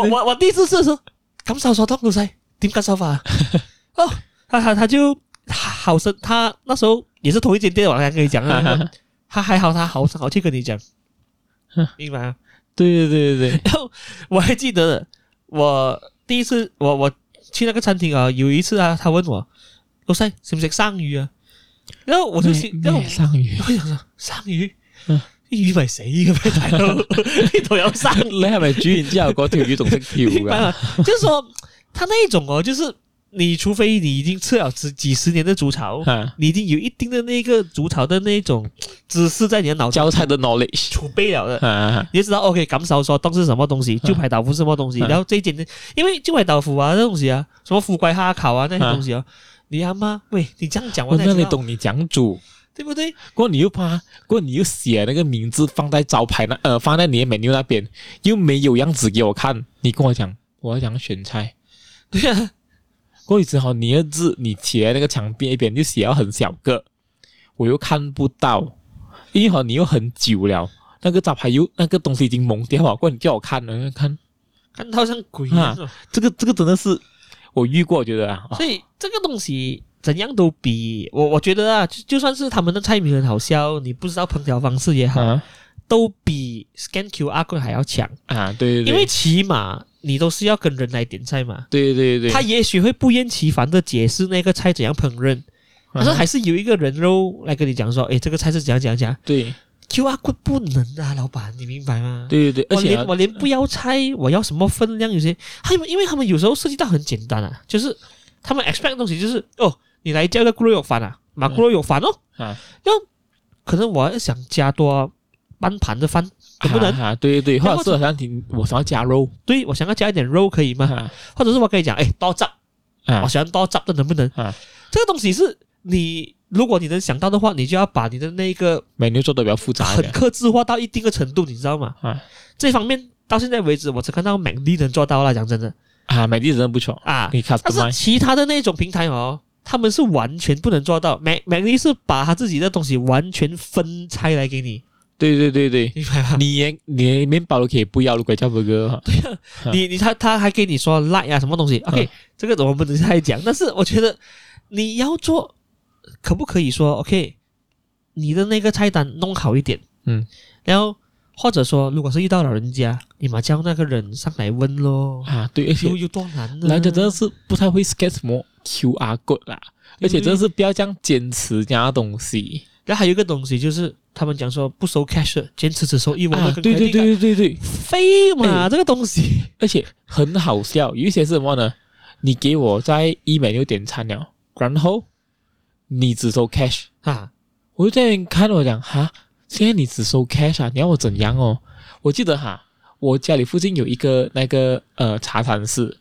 Speaker 2: 我我我第一次试的时候，感受所得，老细点感受法啊？哦，他他他就好生，他那时候也是同一间店，我刚才跟你讲啊，他还好，他好生好去跟你讲，明白吗？
Speaker 1: 对对对对
Speaker 2: 然后我还记得，我第一次我我去那个餐厅啊，有一次啊，他问我老细食唔食生鱼啊？然后我就
Speaker 1: 对
Speaker 2: 食，，
Speaker 1: 咩
Speaker 2: 然后
Speaker 1: 咩上鱼，
Speaker 2: 我想说生鱼
Speaker 1: 嗯，
Speaker 2: 啲鱼咪死嘅咩大佬？呢度有生
Speaker 1: 你系咪煮完之后嗰条鱼仲识 跳啊
Speaker 2: 明白
Speaker 1: 噶？
Speaker 2: 吗？就是说他那一种哦，就是你除非你已经吃了十几十年的竹草，
Speaker 1: 啊，
Speaker 2: 你已经有一定的那个竹草的那种知识在你的脑中
Speaker 1: 教菜的 knowledge
Speaker 2: 储备了的。
Speaker 1: 啊啊，
Speaker 2: 你就知道 OK 感受说当是什么东西，就排豆腐是什么东西，
Speaker 1: 嗯
Speaker 2: 然后这一点呢，因为就排豆腐啊这东西啊，什么富贵虾烤啊那些
Speaker 1: 嗯
Speaker 2: 东西啊，你阿妈喂你这样讲我
Speaker 1: 我
Speaker 2: 哪
Speaker 1: 那
Speaker 2: 知
Speaker 1: 里
Speaker 2: 道，
Speaker 1: 懂你讲煮。
Speaker 2: 对不对？
Speaker 1: 过后你又怕，过后你又写那个名字放在招牌那呃放在你的 menu 那边，又没有样子给我看，你跟我讲我要讲选菜，
Speaker 2: 对啊，
Speaker 1: 过后你只好你的字你写在那个墙壁一边就写到很小个，我又看不到，一会儿你又很久了，那个招牌又那个东西已经蒙掉了，过后你叫我看了看，
Speaker 2: 看到像鬼一
Speaker 1: 嗯
Speaker 2: 样哦，
Speaker 1: 这个这个真的是我遇过，我觉得啊，哦
Speaker 2: 所以这个东西怎样都比我我觉得啊，就就算是他们的菜名很好笑，你不知道烹调方式也好，
Speaker 1: 啊
Speaker 2: 都比 scan QR code 还要强，
Speaker 1: 啊对对对，
Speaker 2: 因为起码你都是要跟人来点菜嘛。
Speaker 1: 对对对，
Speaker 2: 他也许会不厌其烦的解释那个菜怎样烹饪，可是
Speaker 1: 啊
Speaker 2: 还是有一个人肉来跟你讲说，诶，这个菜是怎样怎样怎样
Speaker 1: 对
Speaker 2: ，QR code 不能的啊，老板，你明白吗？
Speaker 1: 对对对，而
Speaker 2: 我
Speaker 1: 且啊
Speaker 2: 连我连不要拆，我要什么分量？有些他们因为他们有时候涉及到很简单啊，就是他们 expect 的东西就是哦，你来叫个咕噜肉饭啊，马咕噜肉饭哦，
Speaker 1: 啊
Speaker 2: 可能我要想加多半盘的饭，能不能？
Speaker 1: 啊啊对对对，
Speaker 2: 然
Speaker 1: 或
Speaker 2: 后
Speaker 1: 者是好像你我想要加肉。
Speaker 2: 对我想要加一点肉可以吗？
Speaker 1: 啊
Speaker 2: 或者是我跟你讲，诶，多汁，
Speaker 1: 啊
Speaker 2: 我喜欢多汁的能不能？
Speaker 1: 啊
Speaker 2: 这个东西是你如果你能想到的话，你就要把你的那个
Speaker 1: ，menu 做的比较复杂一
Speaker 2: 很
Speaker 1: 点
Speaker 2: 克制化到一定的程度，你知道吗？
Speaker 1: 啊
Speaker 2: 这方面到现在为止，我只看到美丽能做到啦，讲真的
Speaker 1: 啊，美的真的不错，
Speaker 2: 啊。
Speaker 1: 你 customize
Speaker 2: 但是其他的那种平台哦，他们是完全不能做到。美美丽是把他自己的东西完全分拆来给你，
Speaker 1: 对对对对，
Speaker 2: 明白吗？
Speaker 1: 你连你连面包都可以不要，如果叫 burger 的话啊
Speaker 2: 你你他他还给你说 like 啊什么东西？OK，、
Speaker 1: 嗯
Speaker 2: 这个我们等一下再讲。但是我觉得你要做，可不可以说 OK？你的那个菜单弄好一点，
Speaker 1: 嗯，
Speaker 2: 然后或者说，如果是遇到老人家，你嘛叫那个人上来问咯，
Speaker 1: 啊，对，而且
Speaker 2: 有有多难呢？
Speaker 1: 来的真的是不太会 scan 什么 QR code 啦，而且真的是不要这样坚持这样的东西
Speaker 2: 然后还有一个东西就是他们讲说不收 cash，的坚持只收一毛的
Speaker 1: 啊，
Speaker 2: 跟
Speaker 1: 对对哎
Speaker 2: credit card，
Speaker 1: 对对对对，
Speaker 2: 废嘛、这个 东西。
Speaker 1: 而且很好笑。有一些是什么呢？你给我在医美又点餐了，然后你只收 cash，
Speaker 2: 啊，
Speaker 1: 我就在那边看我讲哈，现在你只收 cash 啊，你要我怎样哦？我记得哈，我家里附近有一个那个呃茶餐室，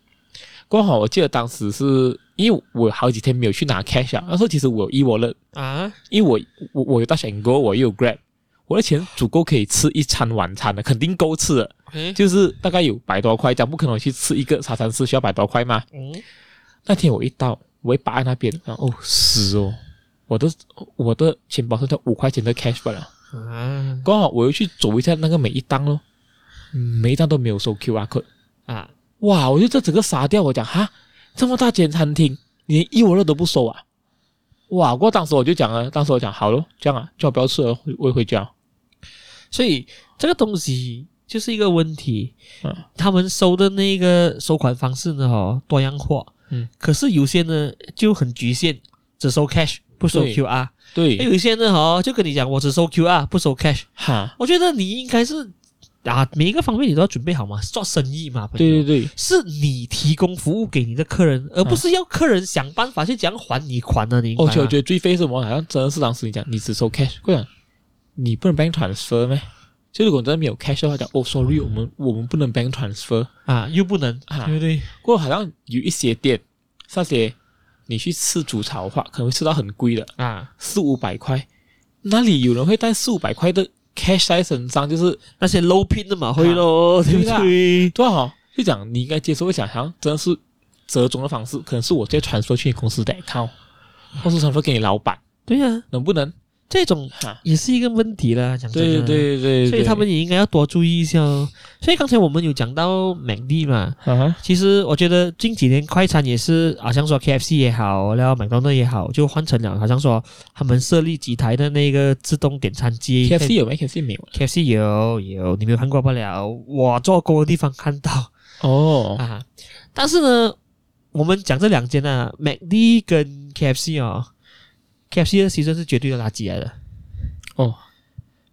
Speaker 1: 刚好我记得当时是因为我好几天没有去拿 cash 啊，那时候其实我有 e wallet，
Speaker 2: 啊，
Speaker 1: 因为我我我有大选购，我又有 grab，我的钱足够可以吃一餐晚餐的，肯定够吃的，
Speaker 2: 诶
Speaker 1: 就是大概有百多块，讲不可能去吃一个茶餐室需要百多块嘛。
Speaker 2: 嗯，
Speaker 1: 那天我一到，我一扒在那边，然后哦死哦，我的我的钱包剩下五块钱的 cash 罢了。
Speaker 2: 啊
Speaker 1: 刚好我又去走一下那个每一档咯，嗯每一档都没有收 QR code，
Speaker 2: 啊，
Speaker 1: 哇！我就这整个傻掉，我讲哈，这么大间餐厅，你一文二都不收啊？哇！不过当时我就讲了，当时我讲好咯，这样啊，叫我不要吃了，回我也回家。
Speaker 2: 所以这个东西就是一个问题。
Speaker 1: 嗯
Speaker 2: 他们收的那个收款方式呢，哦，多样化。
Speaker 1: 嗯，
Speaker 2: 可是有些呢就很局限，只收 cash 不收
Speaker 1: 对
Speaker 2: QR。哎，
Speaker 1: 对，
Speaker 2: 有一些呢，哦，就跟你讲，我只收 QR 不收 cash。
Speaker 1: 哈，
Speaker 2: 我觉得你应该是啊，每一个方面你都要准备好嘛，做生意嘛，朋友
Speaker 1: 对对对，
Speaker 2: 是你提供服务给你的客人，而不是要客人想办法去讲还你款啊呢、你明白
Speaker 1: 而
Speaker 2: 吗
Speaker 1: 哦且我觉得最费什么，好像真的是当时你讲，你只收 cash，我讲你不能 bank transfer 咩？就如果你真的没有 cash 的话，讲哦，sorry，我们我们不能 bank transfer。
Speaker 2: 啊，又不能，
Speaker 1: 啊
Speaker 2: 对不对？
Speaker 1: 不过好像有一些店，那些你去吃煮炒的话，可能会吃到很贵的，
Speaker 2: 啊，
Speaker 1: 四五百块。哪里有人会带四五百块的 cash 在身上？就是
Speaker 2: 那些 low pin 的嘛会
Speaker 1: 啊
Speaker 2: 咯，对不对？
Speaker 1: 多少就讲你应该接受，会想好像真的是折中的方式，可能是我直接传说去你公司的 account，或是传说给你老板，
Speaker 2: 对呀、啊，
Speaker 1: 能不能？
Speaker 2: 这种
Speaker 1: 哈，
Speaker 2: 也是一个问题啦，讲真
Speaker 1: 啊对
Speaker 2: 的。
Speaker 1: 对对对，
Speaker 2: 所以他们也应该要多注意一下哦。所以刚才我们有讲到美的嘛，
Speaker 1: 啊，
Speaker 2: 其实我觉得近几年快餐也是，啊好像说 KFC 也好，然后麦当劳也好，就换成了好像说他们设立几台的那个自动点餐机
Speaker 1: KFC 有没？KFC 没有
Speaker 2: KFC 有有，你没有看过不了，我做工的地方看到
Speaker 1: 哦，
Speaker 2: 啊。 但是呢，我们讲这两间啊，McD 跟 KFC 哦，KFC 的牺牲是绝对的垃圾来的。
Speaker 1: 哦，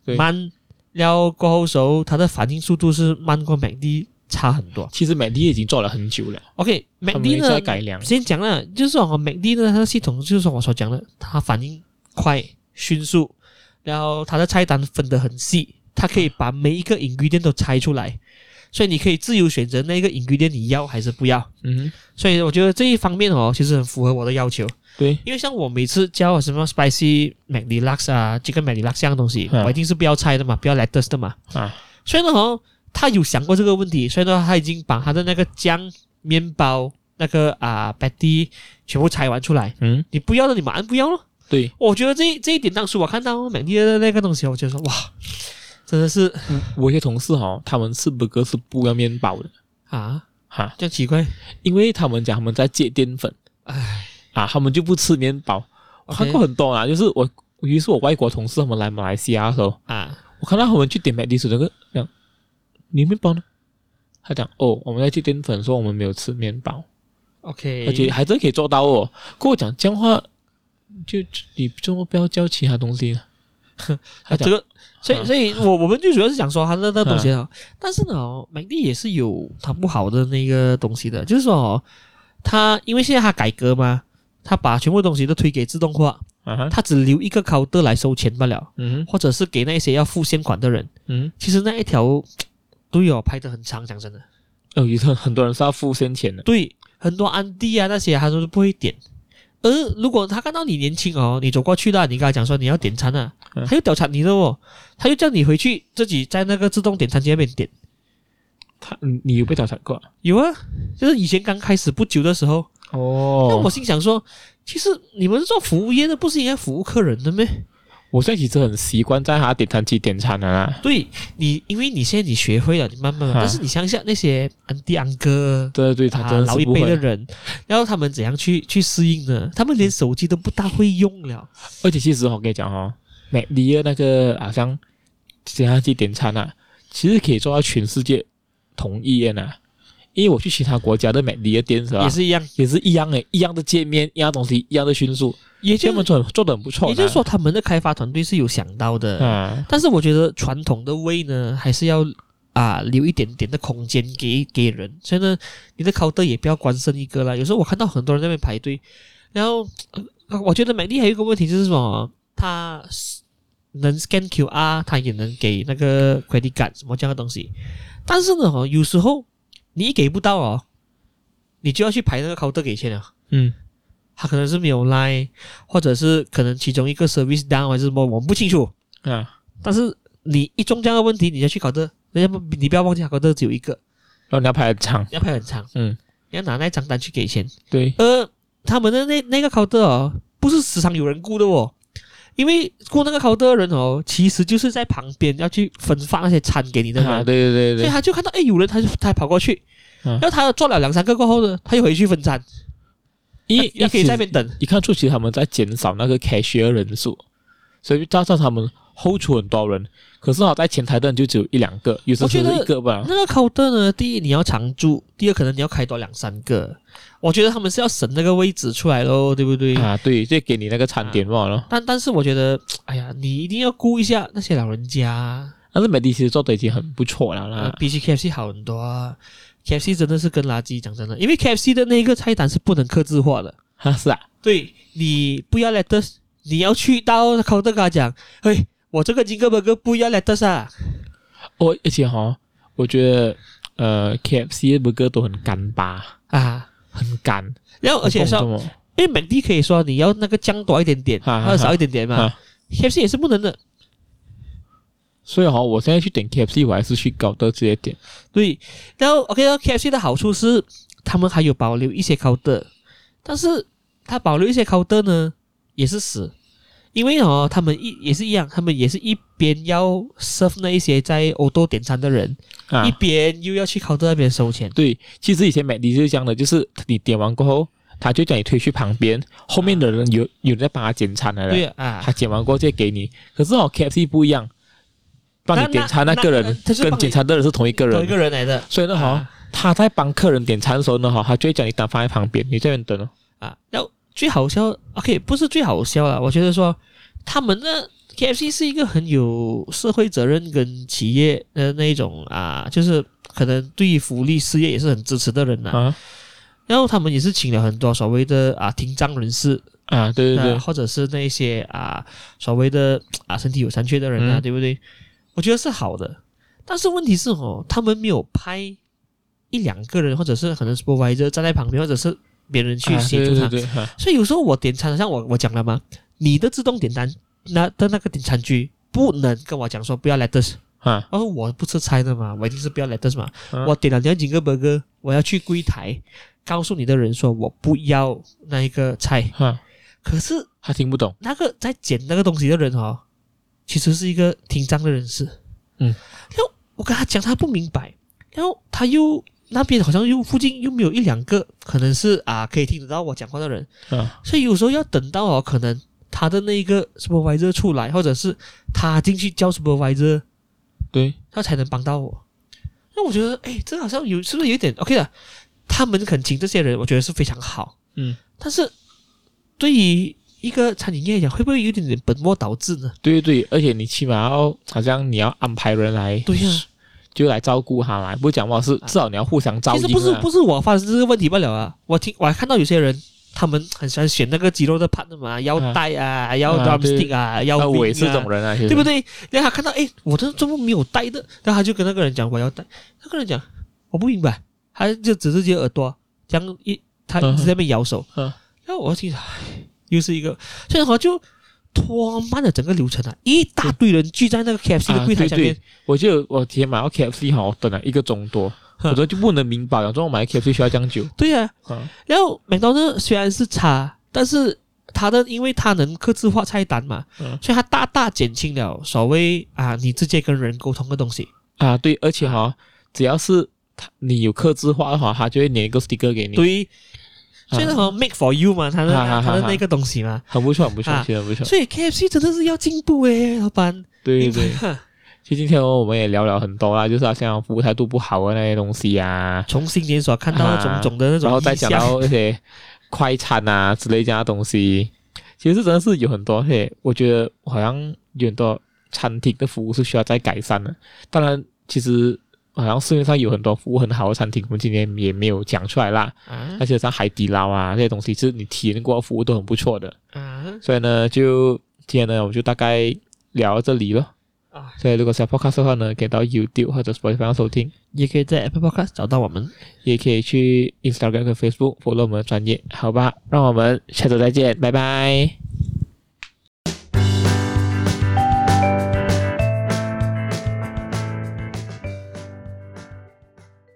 Speaker 1: 对
Speaker 2: 慢料过后手，它的反应速度是慢过 McD 差很多。
Speaker 1: 其实美的已经做了很久了，他们
Speaker 2: OK，McD
Speaker 1: 也在
Speaker 2: 呢，
Speaker 1: 改良。
Speaker 2: 先讲了，就是说我 McD 呢，它的系统就是说我所讲的，它反应快、迅速，然后它的菜单分得很细，它可以把每一个 ingredient 都拆出来，所以你可以自由选择那个 ingredient 你要还是不要。
Speaker 1: 嗯，
Speaker 2: 所以我觉得这一方面哦，其实很符合我的要求，
Speaker 1: 对，
Speaker 2: 因为像我每次叫什么 spicy McDeluxe 啊、chicken McDeluxe 这样的东西，
Speaker 1: 嗯
Speaker 2: 我一定是不要拆的嘛，不要 lettuce 的嘛。
Speaker 1: 啊，
Speaker 2: 所以呢，哦，他有想过这个问题，所以呢，他已经把他的那个姜、面包、那个啊 b a t t y 全部拆完出来。
Speaker 1: 嗯，
Speaker 2: 你不要的，你马上不要咯。
Speaker 1: 对，
Speaker 2: 我觉得这这一点，当时我看到美丽的那个东西，我觉得说哇，真的是
Speaker 1: 我一些同事哦，他们吃 burger 是不要面包的
Speaker 2: 啊，
Speaker 1: 哈，
Speaker 2: 这样奇怪。
Speaker 1: 因为他们讲他们在戒淀粉，
Speaker 2: 唉，
Speaker 1: 啊，他们就不吃面包。我
Speaker 2: OK
Speaker 1: 看过很多啊，就是我，尤其是我外国同事他们来马来西亚的时候，
Speaker 2: 啊，
Speaker 1: 我看到他们去点麦迪时，那个讲，你面包呢？他讲哦，我们在去淀粉，说我们没有吃面包，
Speaker 2: OK，
Speaker 1: 而且还真可以做到哦。跟我讲这样的话，就就你周末不要叫其他东西 呢？他
Speaker 2: 啊这
Speaker 1: 讲
Speaker 2: 个，所以
Speaker 1: 啊
Speaker 2: 所以我我们最主要是想说他那那东西啊，但是呢，哦美丽也是有它不好的那个东西的，就是说哦，它因为现在它改革嘛，它把全部东西都推给自动化，
Speaker 1: 啊哈，
Speaker 2: 他只留一个 counter 来收钱罢了，
Speaker 1: 嗯哼
Speaker 2: 或者是给那些要付现款的人。
Speaker 1: 嗯，
Speaker 2: 其实那一条队哦排得很长，讲真的，
Speaker 1: 哦，有很很多人是要付先钱的，
Speaker 2: 对，很多安迪啊那些他都不会点。而如果他看到你年轻哦，你走过去了，你跟他讲说你要点餐啊，
Speaker 1: 嗯
Speaker 2: 他又屌馋你的哦，他又叫你回去自己在那个自动点餐机那边点。
Speaker 1: 他你你有被调查过啊？
Speaker 2: 有啊，就是以前刚开始不久的时候，那我
Speaker 1: 哦，
Speaker 2: 心想说，其实你们做服务业的不是应该服务客人的咩？
Speaker 1: 我现在其实很习惯在他点餐机点餐的啦。
Speaker 2: 对你，因为你现在你学会了，你慢慢，
Speaker 1: 啊
Speaker 2: 但是你想想那些安迪安哥。
Speaker 1: 对对，他
Speaker 2: 啊，
Speaker 1: 真的
Speaker 2: 老
Speaker 1: 是
Speaker 2: 一
Speaker 1: 不
Speaker 2: 辈
Speaker 1: 会
Speaker 2: 的。人，然后他们怎样去去适应呢？他们连手机都不大会用了。
Speaker 1: 而且其实我跟你讲哦，美迪的那个好像其他去点餐啊，其实可以做到全世界同一的呢。因为我去其他国家的美迪的店是吧
Speaker 2: 也，是一样，
Speaker 1: 也是一样诶，一样的界面，一样的东西，一样的迅速。
Speaker 2: 也
Speaker 1: 他
Speaker 2: 就
Speaker 1: 们做做的很不错的啊。
Speaker 2: 也就是说，他们的开发团队是有想到的。
Speaker 1: 啊，
Speaker 2: 但是我觉得传统的味呢，还是要啊留一点点的空间给给人，所以呢，你的烤的也不要关剩一个啦。有时候我看到很多人在那边排队，然后、呃我觉得美丽还有一个问题就是什么，它能 scan QR，它也能给那个 credit card 什么这样的东西，但是呢，哦，有时候你给不到哦，你就要去排那个 counter 给钱了。
Speaker 1: 嗯，
Speaker 2: 他可能是没有 line，或者是可能其中一个 service down 还是什么，我们不清楚。
Speaker 1: 啊，
Speaker 2: 但是你一中这样的问题，你要去考的，人家不，你不要忘记考的只有一个，
Speaker 1: 然后你要排场，
Speaker 2: 要排很长，
Speaker 1: 嗯，
Speaker 2: 你要拿那张单去给钱。
Speaker 1: 对，
Speaker 2: 呃，他们的那那个考的哦，不是时常有人雇的哦，因为雇那个考的人哦，其实就是在旁边要去分发那些餐给你的人，
Speaker 1: 啊，对对对
Speaker 2: 所以
Speaker 1: 对，
Speaker 2: 他就看到哎有人，他就他还跑过去，
Speaker 1: 嗯
Speaker 2: 然后他做了两三个过后呢，他又回去分餐，
Speaker 1: 因
Speaker 2: 他也可以在那
Speaker 1: 其实
Speaker 2: 边等。
Speaker 1: 你看出，其实他们在减少那个 cashier 人数，所以加上他们后厨很多人，可是好在前台的人就只有一两个，有时候
Speaker 2: 我觉
Speaker 1: 只
Speaker 2: 得
Speaker 1: 有一个吧。
Speaker 2: 那个 counter 呢，第一你要常驻，第二可能你要开多两三个。我觉得他们是要省那个位置出来咯，对不对？
Speaker 1: 啊，对，就给你那个餐点嘛咯。
Speaker 2: 但但是我觉得，哎呀，你一定要顾一下那些老人家。啊
Speaker 1: 但是美的其实做的已经很不错了
Speaker 2: 呃
Speaker 1: 啦，
Speaker 2: 比起 KFC 好很多、啊、，KFC 真的是跟垃圾讲真的，因为 KFC 的那个菜单是不能克制化的。
Speaker 1: 啊是啊，
Speaker 2: 对你不要 lettuce，你要去到 counter 跟他讲，嘿，我这个金哥 burger 不要 lettuce 啊。
Speaker 1: 哦，而且哈，我觉得呃 KFC 的 burger 都很干巴，
Speaker 2: 啊，
Speaker 1: 很干，
Speaker 2: 然后而且说，
Speaker 1: 说
Speaker 2: 因为本地可以说你要那个酱多一点点，
Speaker 1: 啊
Speaker 2: 或者少一点点嘛
Speaker 1: 啊，
Speaker 2: ，KFC 也是不能的。
Speaker 1: 所以哈，我现在去点 KFC，我还是去搞的这些点
Speaker 2: 对，然后 OK 那 KFC 的好处是，他们还有保留一些 counter，但是他保留一些 counter 呢，也是死，因为哦，他们一也是一样，他们也是一边要 serve 那一些在欧洲点餐的人，
Speaker 1: 啊
Speaker 2: 一。边又要去 counter 那边收钱。
Speaker 1: 对，其实以前美的就是这样的，就是你点完过后，他就叫你推去旁边，后面的人有有人在帮他检查来了，
Speaker 2: 对啊，
Speaker 1: 他检完过后再给你。可是哦，KFC 不一样，帮
Speaker 2: 那
Speaker 1: 你点餐
Speaker 2: 那
Speaker 1: 那个
Speaker 2: 那
Speaker 1: 人
Speaker 2: 他是帮
Speaker 1: 跟
Speaker 2: 你
Speaker 1: 检查的人是同一个
Speaker 2: 同一
Speaker 1: 人，
Speaker 2: 个人来的
Speaker 1: 所以呢哈、
Speaker 2: 啊
Speaker 1: 他在帮客人点餐的时候呢哈，他就会叫你单放在旁边，你这边等哦。
Speaker 2: 啊。然后最好笑，OK，不是最好笑了，我觉得说他们的 KFC 是一个很有社会责任跟企业的那一种啊，就是可能对于福利事业也是很支持的人呐、
Speaker 1: 啊
Speaker 2: 然后他们也是请了很多所谓的啊听障人士，
Speaker 1: 啊，对对对
Speaker 2: 啊，或者是那一些啊所谓的啊身体有残缺的人啊，
Speaker 1: 嗯
Speaker 2: 对不对？我觉得是好的，但是问题是哦，他们没有拍一两个人，或者是可能 supervisor 站在旁边，或者是别人去
Speaker 1: 啊
Speaker 2: 协助
Speaker 1: 对
Speaker 2: 他。
Speaker 1: 对对对啊
Speaker 2: 所以有时候我点餐，像我我讲了嘛，你的自动点单那的那个点餐区不能跟我讲说不要 lettuce，
Speaker 1: 啊
Speaker 2: 他说我不吃菜的嘛，我一定是不要 lettuce 嘛。
Speaker 1: 嗯
Speaker 2: 我点了两几个 burger，我要去柜台告诉你的人说我不要那一个菜。
Speaker 1: 啊，
Speaker 2: 可是
Speaker 1: 他听不懂，
Speaker 2: 那个在捡那个东西的人哦，其实是一个听障的人士。
Speaker 1: 嗯，
Speaker 2: 然后我跟他讲，他不明白，然后他又那边好像又附近又没有一两个可能是啊可以听得到我讲话的人，
Speaker 1: 啊
Speaker 2: 所以有时候要等到哦，可能他的那个 supervisor 出来，或者是他进去叫 supervisor，
Speaker 1: 对
Speaker 2: 他才能帮到我。那我觉得，哎，这好像有是不是有一点 OK 的？他们肯请这些人，我觉得是非常好。
Speaker 1: 嗯，
Speaker 2: 但是对于一个餐饮业来讲，会不会有一点点本末倒置呢？
Speaker 1: 对对对，而且你起码要好像你要安排人来，
Speaker 2: 对呀、
Speaker 1: 就来照顾他嘛，不是讲嘛是至少你要互相照
Speaker 2: 其
Speaker 1: 应、
Speaker 2: 实
Speaker 1: 啊。
Speaker 2: 不是不是我发生这个问题罢了啊。我听我还看到有些人，他们很喜欢选那个鸡肉的 part 的嘛，腰带啊，腰
Speaker 1: 啊
Speaker 2: drumstick 啊，腰
Speaker 1: 那我也
Speaker 2: wing
Speaker 1: 是这
Speaker 2: 啊
Speaker 1: 种人啊，对
Speaker 2: 对不？对？然后他看到，哎，我这怎么没有带的？然后他就跟那个人讲我要带，那个人讲我不明白，他就指自己的耳朵，这样一他一直在那边摇手，
Speaker 1: 嗯
Speaker 2: 然后我就听，唉又是一个，所以我就拖慢了整个流程啊，一大堆人聚在那个 KFC 的
Speaker 1: 啊，
Speaker 2: 柜台
Speaker 1: 对
Speaker 2: 下面
Speaker 1: 对，，我记得我前买到 KFC 哈，我等了一个钟多，我都就不能明白，了，说我买 KFC 需要这样久
Speaker 2: 对呀、
Speaker 1: 啊
Speaker 2: 然后麦当呢虽然是差，但是它的因为它能刻字化菜单嘛，
Speaker 1: 嗯
Speaker 2: 所以它大大减轻了所谓啊你直接跟人沟通的东西。
Speaker 1: 啊，对，而且哈，只要是他你有客制化的话，他就会粘一个 sticker 给你，
Speaker 2: 对，所以那好像 make for you 嘛，它的
Speaker 1: 啊啊啊
Speaker 2: 它的那个东西嘛。
Speaker 1: 很不错，很不错
Speaker 2: 啊，
Speaker 1: 其实很不错。
Speaker 2: 所以 KFC 真的是要进步诶，老板。
Speaker 1: 对对对，
Speaker 2: 对，
Speaker 1: 其实今天我们也聊了很多啦，就是好像服务态度不好的那些东西啊，
Speaker 2: 从新年啊所看到的种种的那种
Speaker 1: 然后再
Speaker 2: 意象
Speaker 1: 讲到一些快餐啊之类这样的东西。其实真的是有很多，嘿，我觉得好像有很多餐厅的服务是需要再改善的。当然，其实好像市面上有很多服务很好的餐厅，我们今天也没有讲出来啦。
Speaker 2: 啊
Speaker 1: 那些像海底捞啊这些东西，是你体验过的服务都很不错的。
Speaker 2: 啊
Speaker 1: 所以呢，就今天呢，我们就大概聊到这里咯。
Speaker 2: 啊！
Speaker 1: 所以如果想 podcast 的话呢，可以到 YouTube 或者 Spotify 上收听，
Speaker 2: 也可以在 Apple Podcast 找到我们。
Speaker 1: 也可以去 Instagram 和 Facebook follow 我们的专业，好吧？让我们下周再见，拜拜。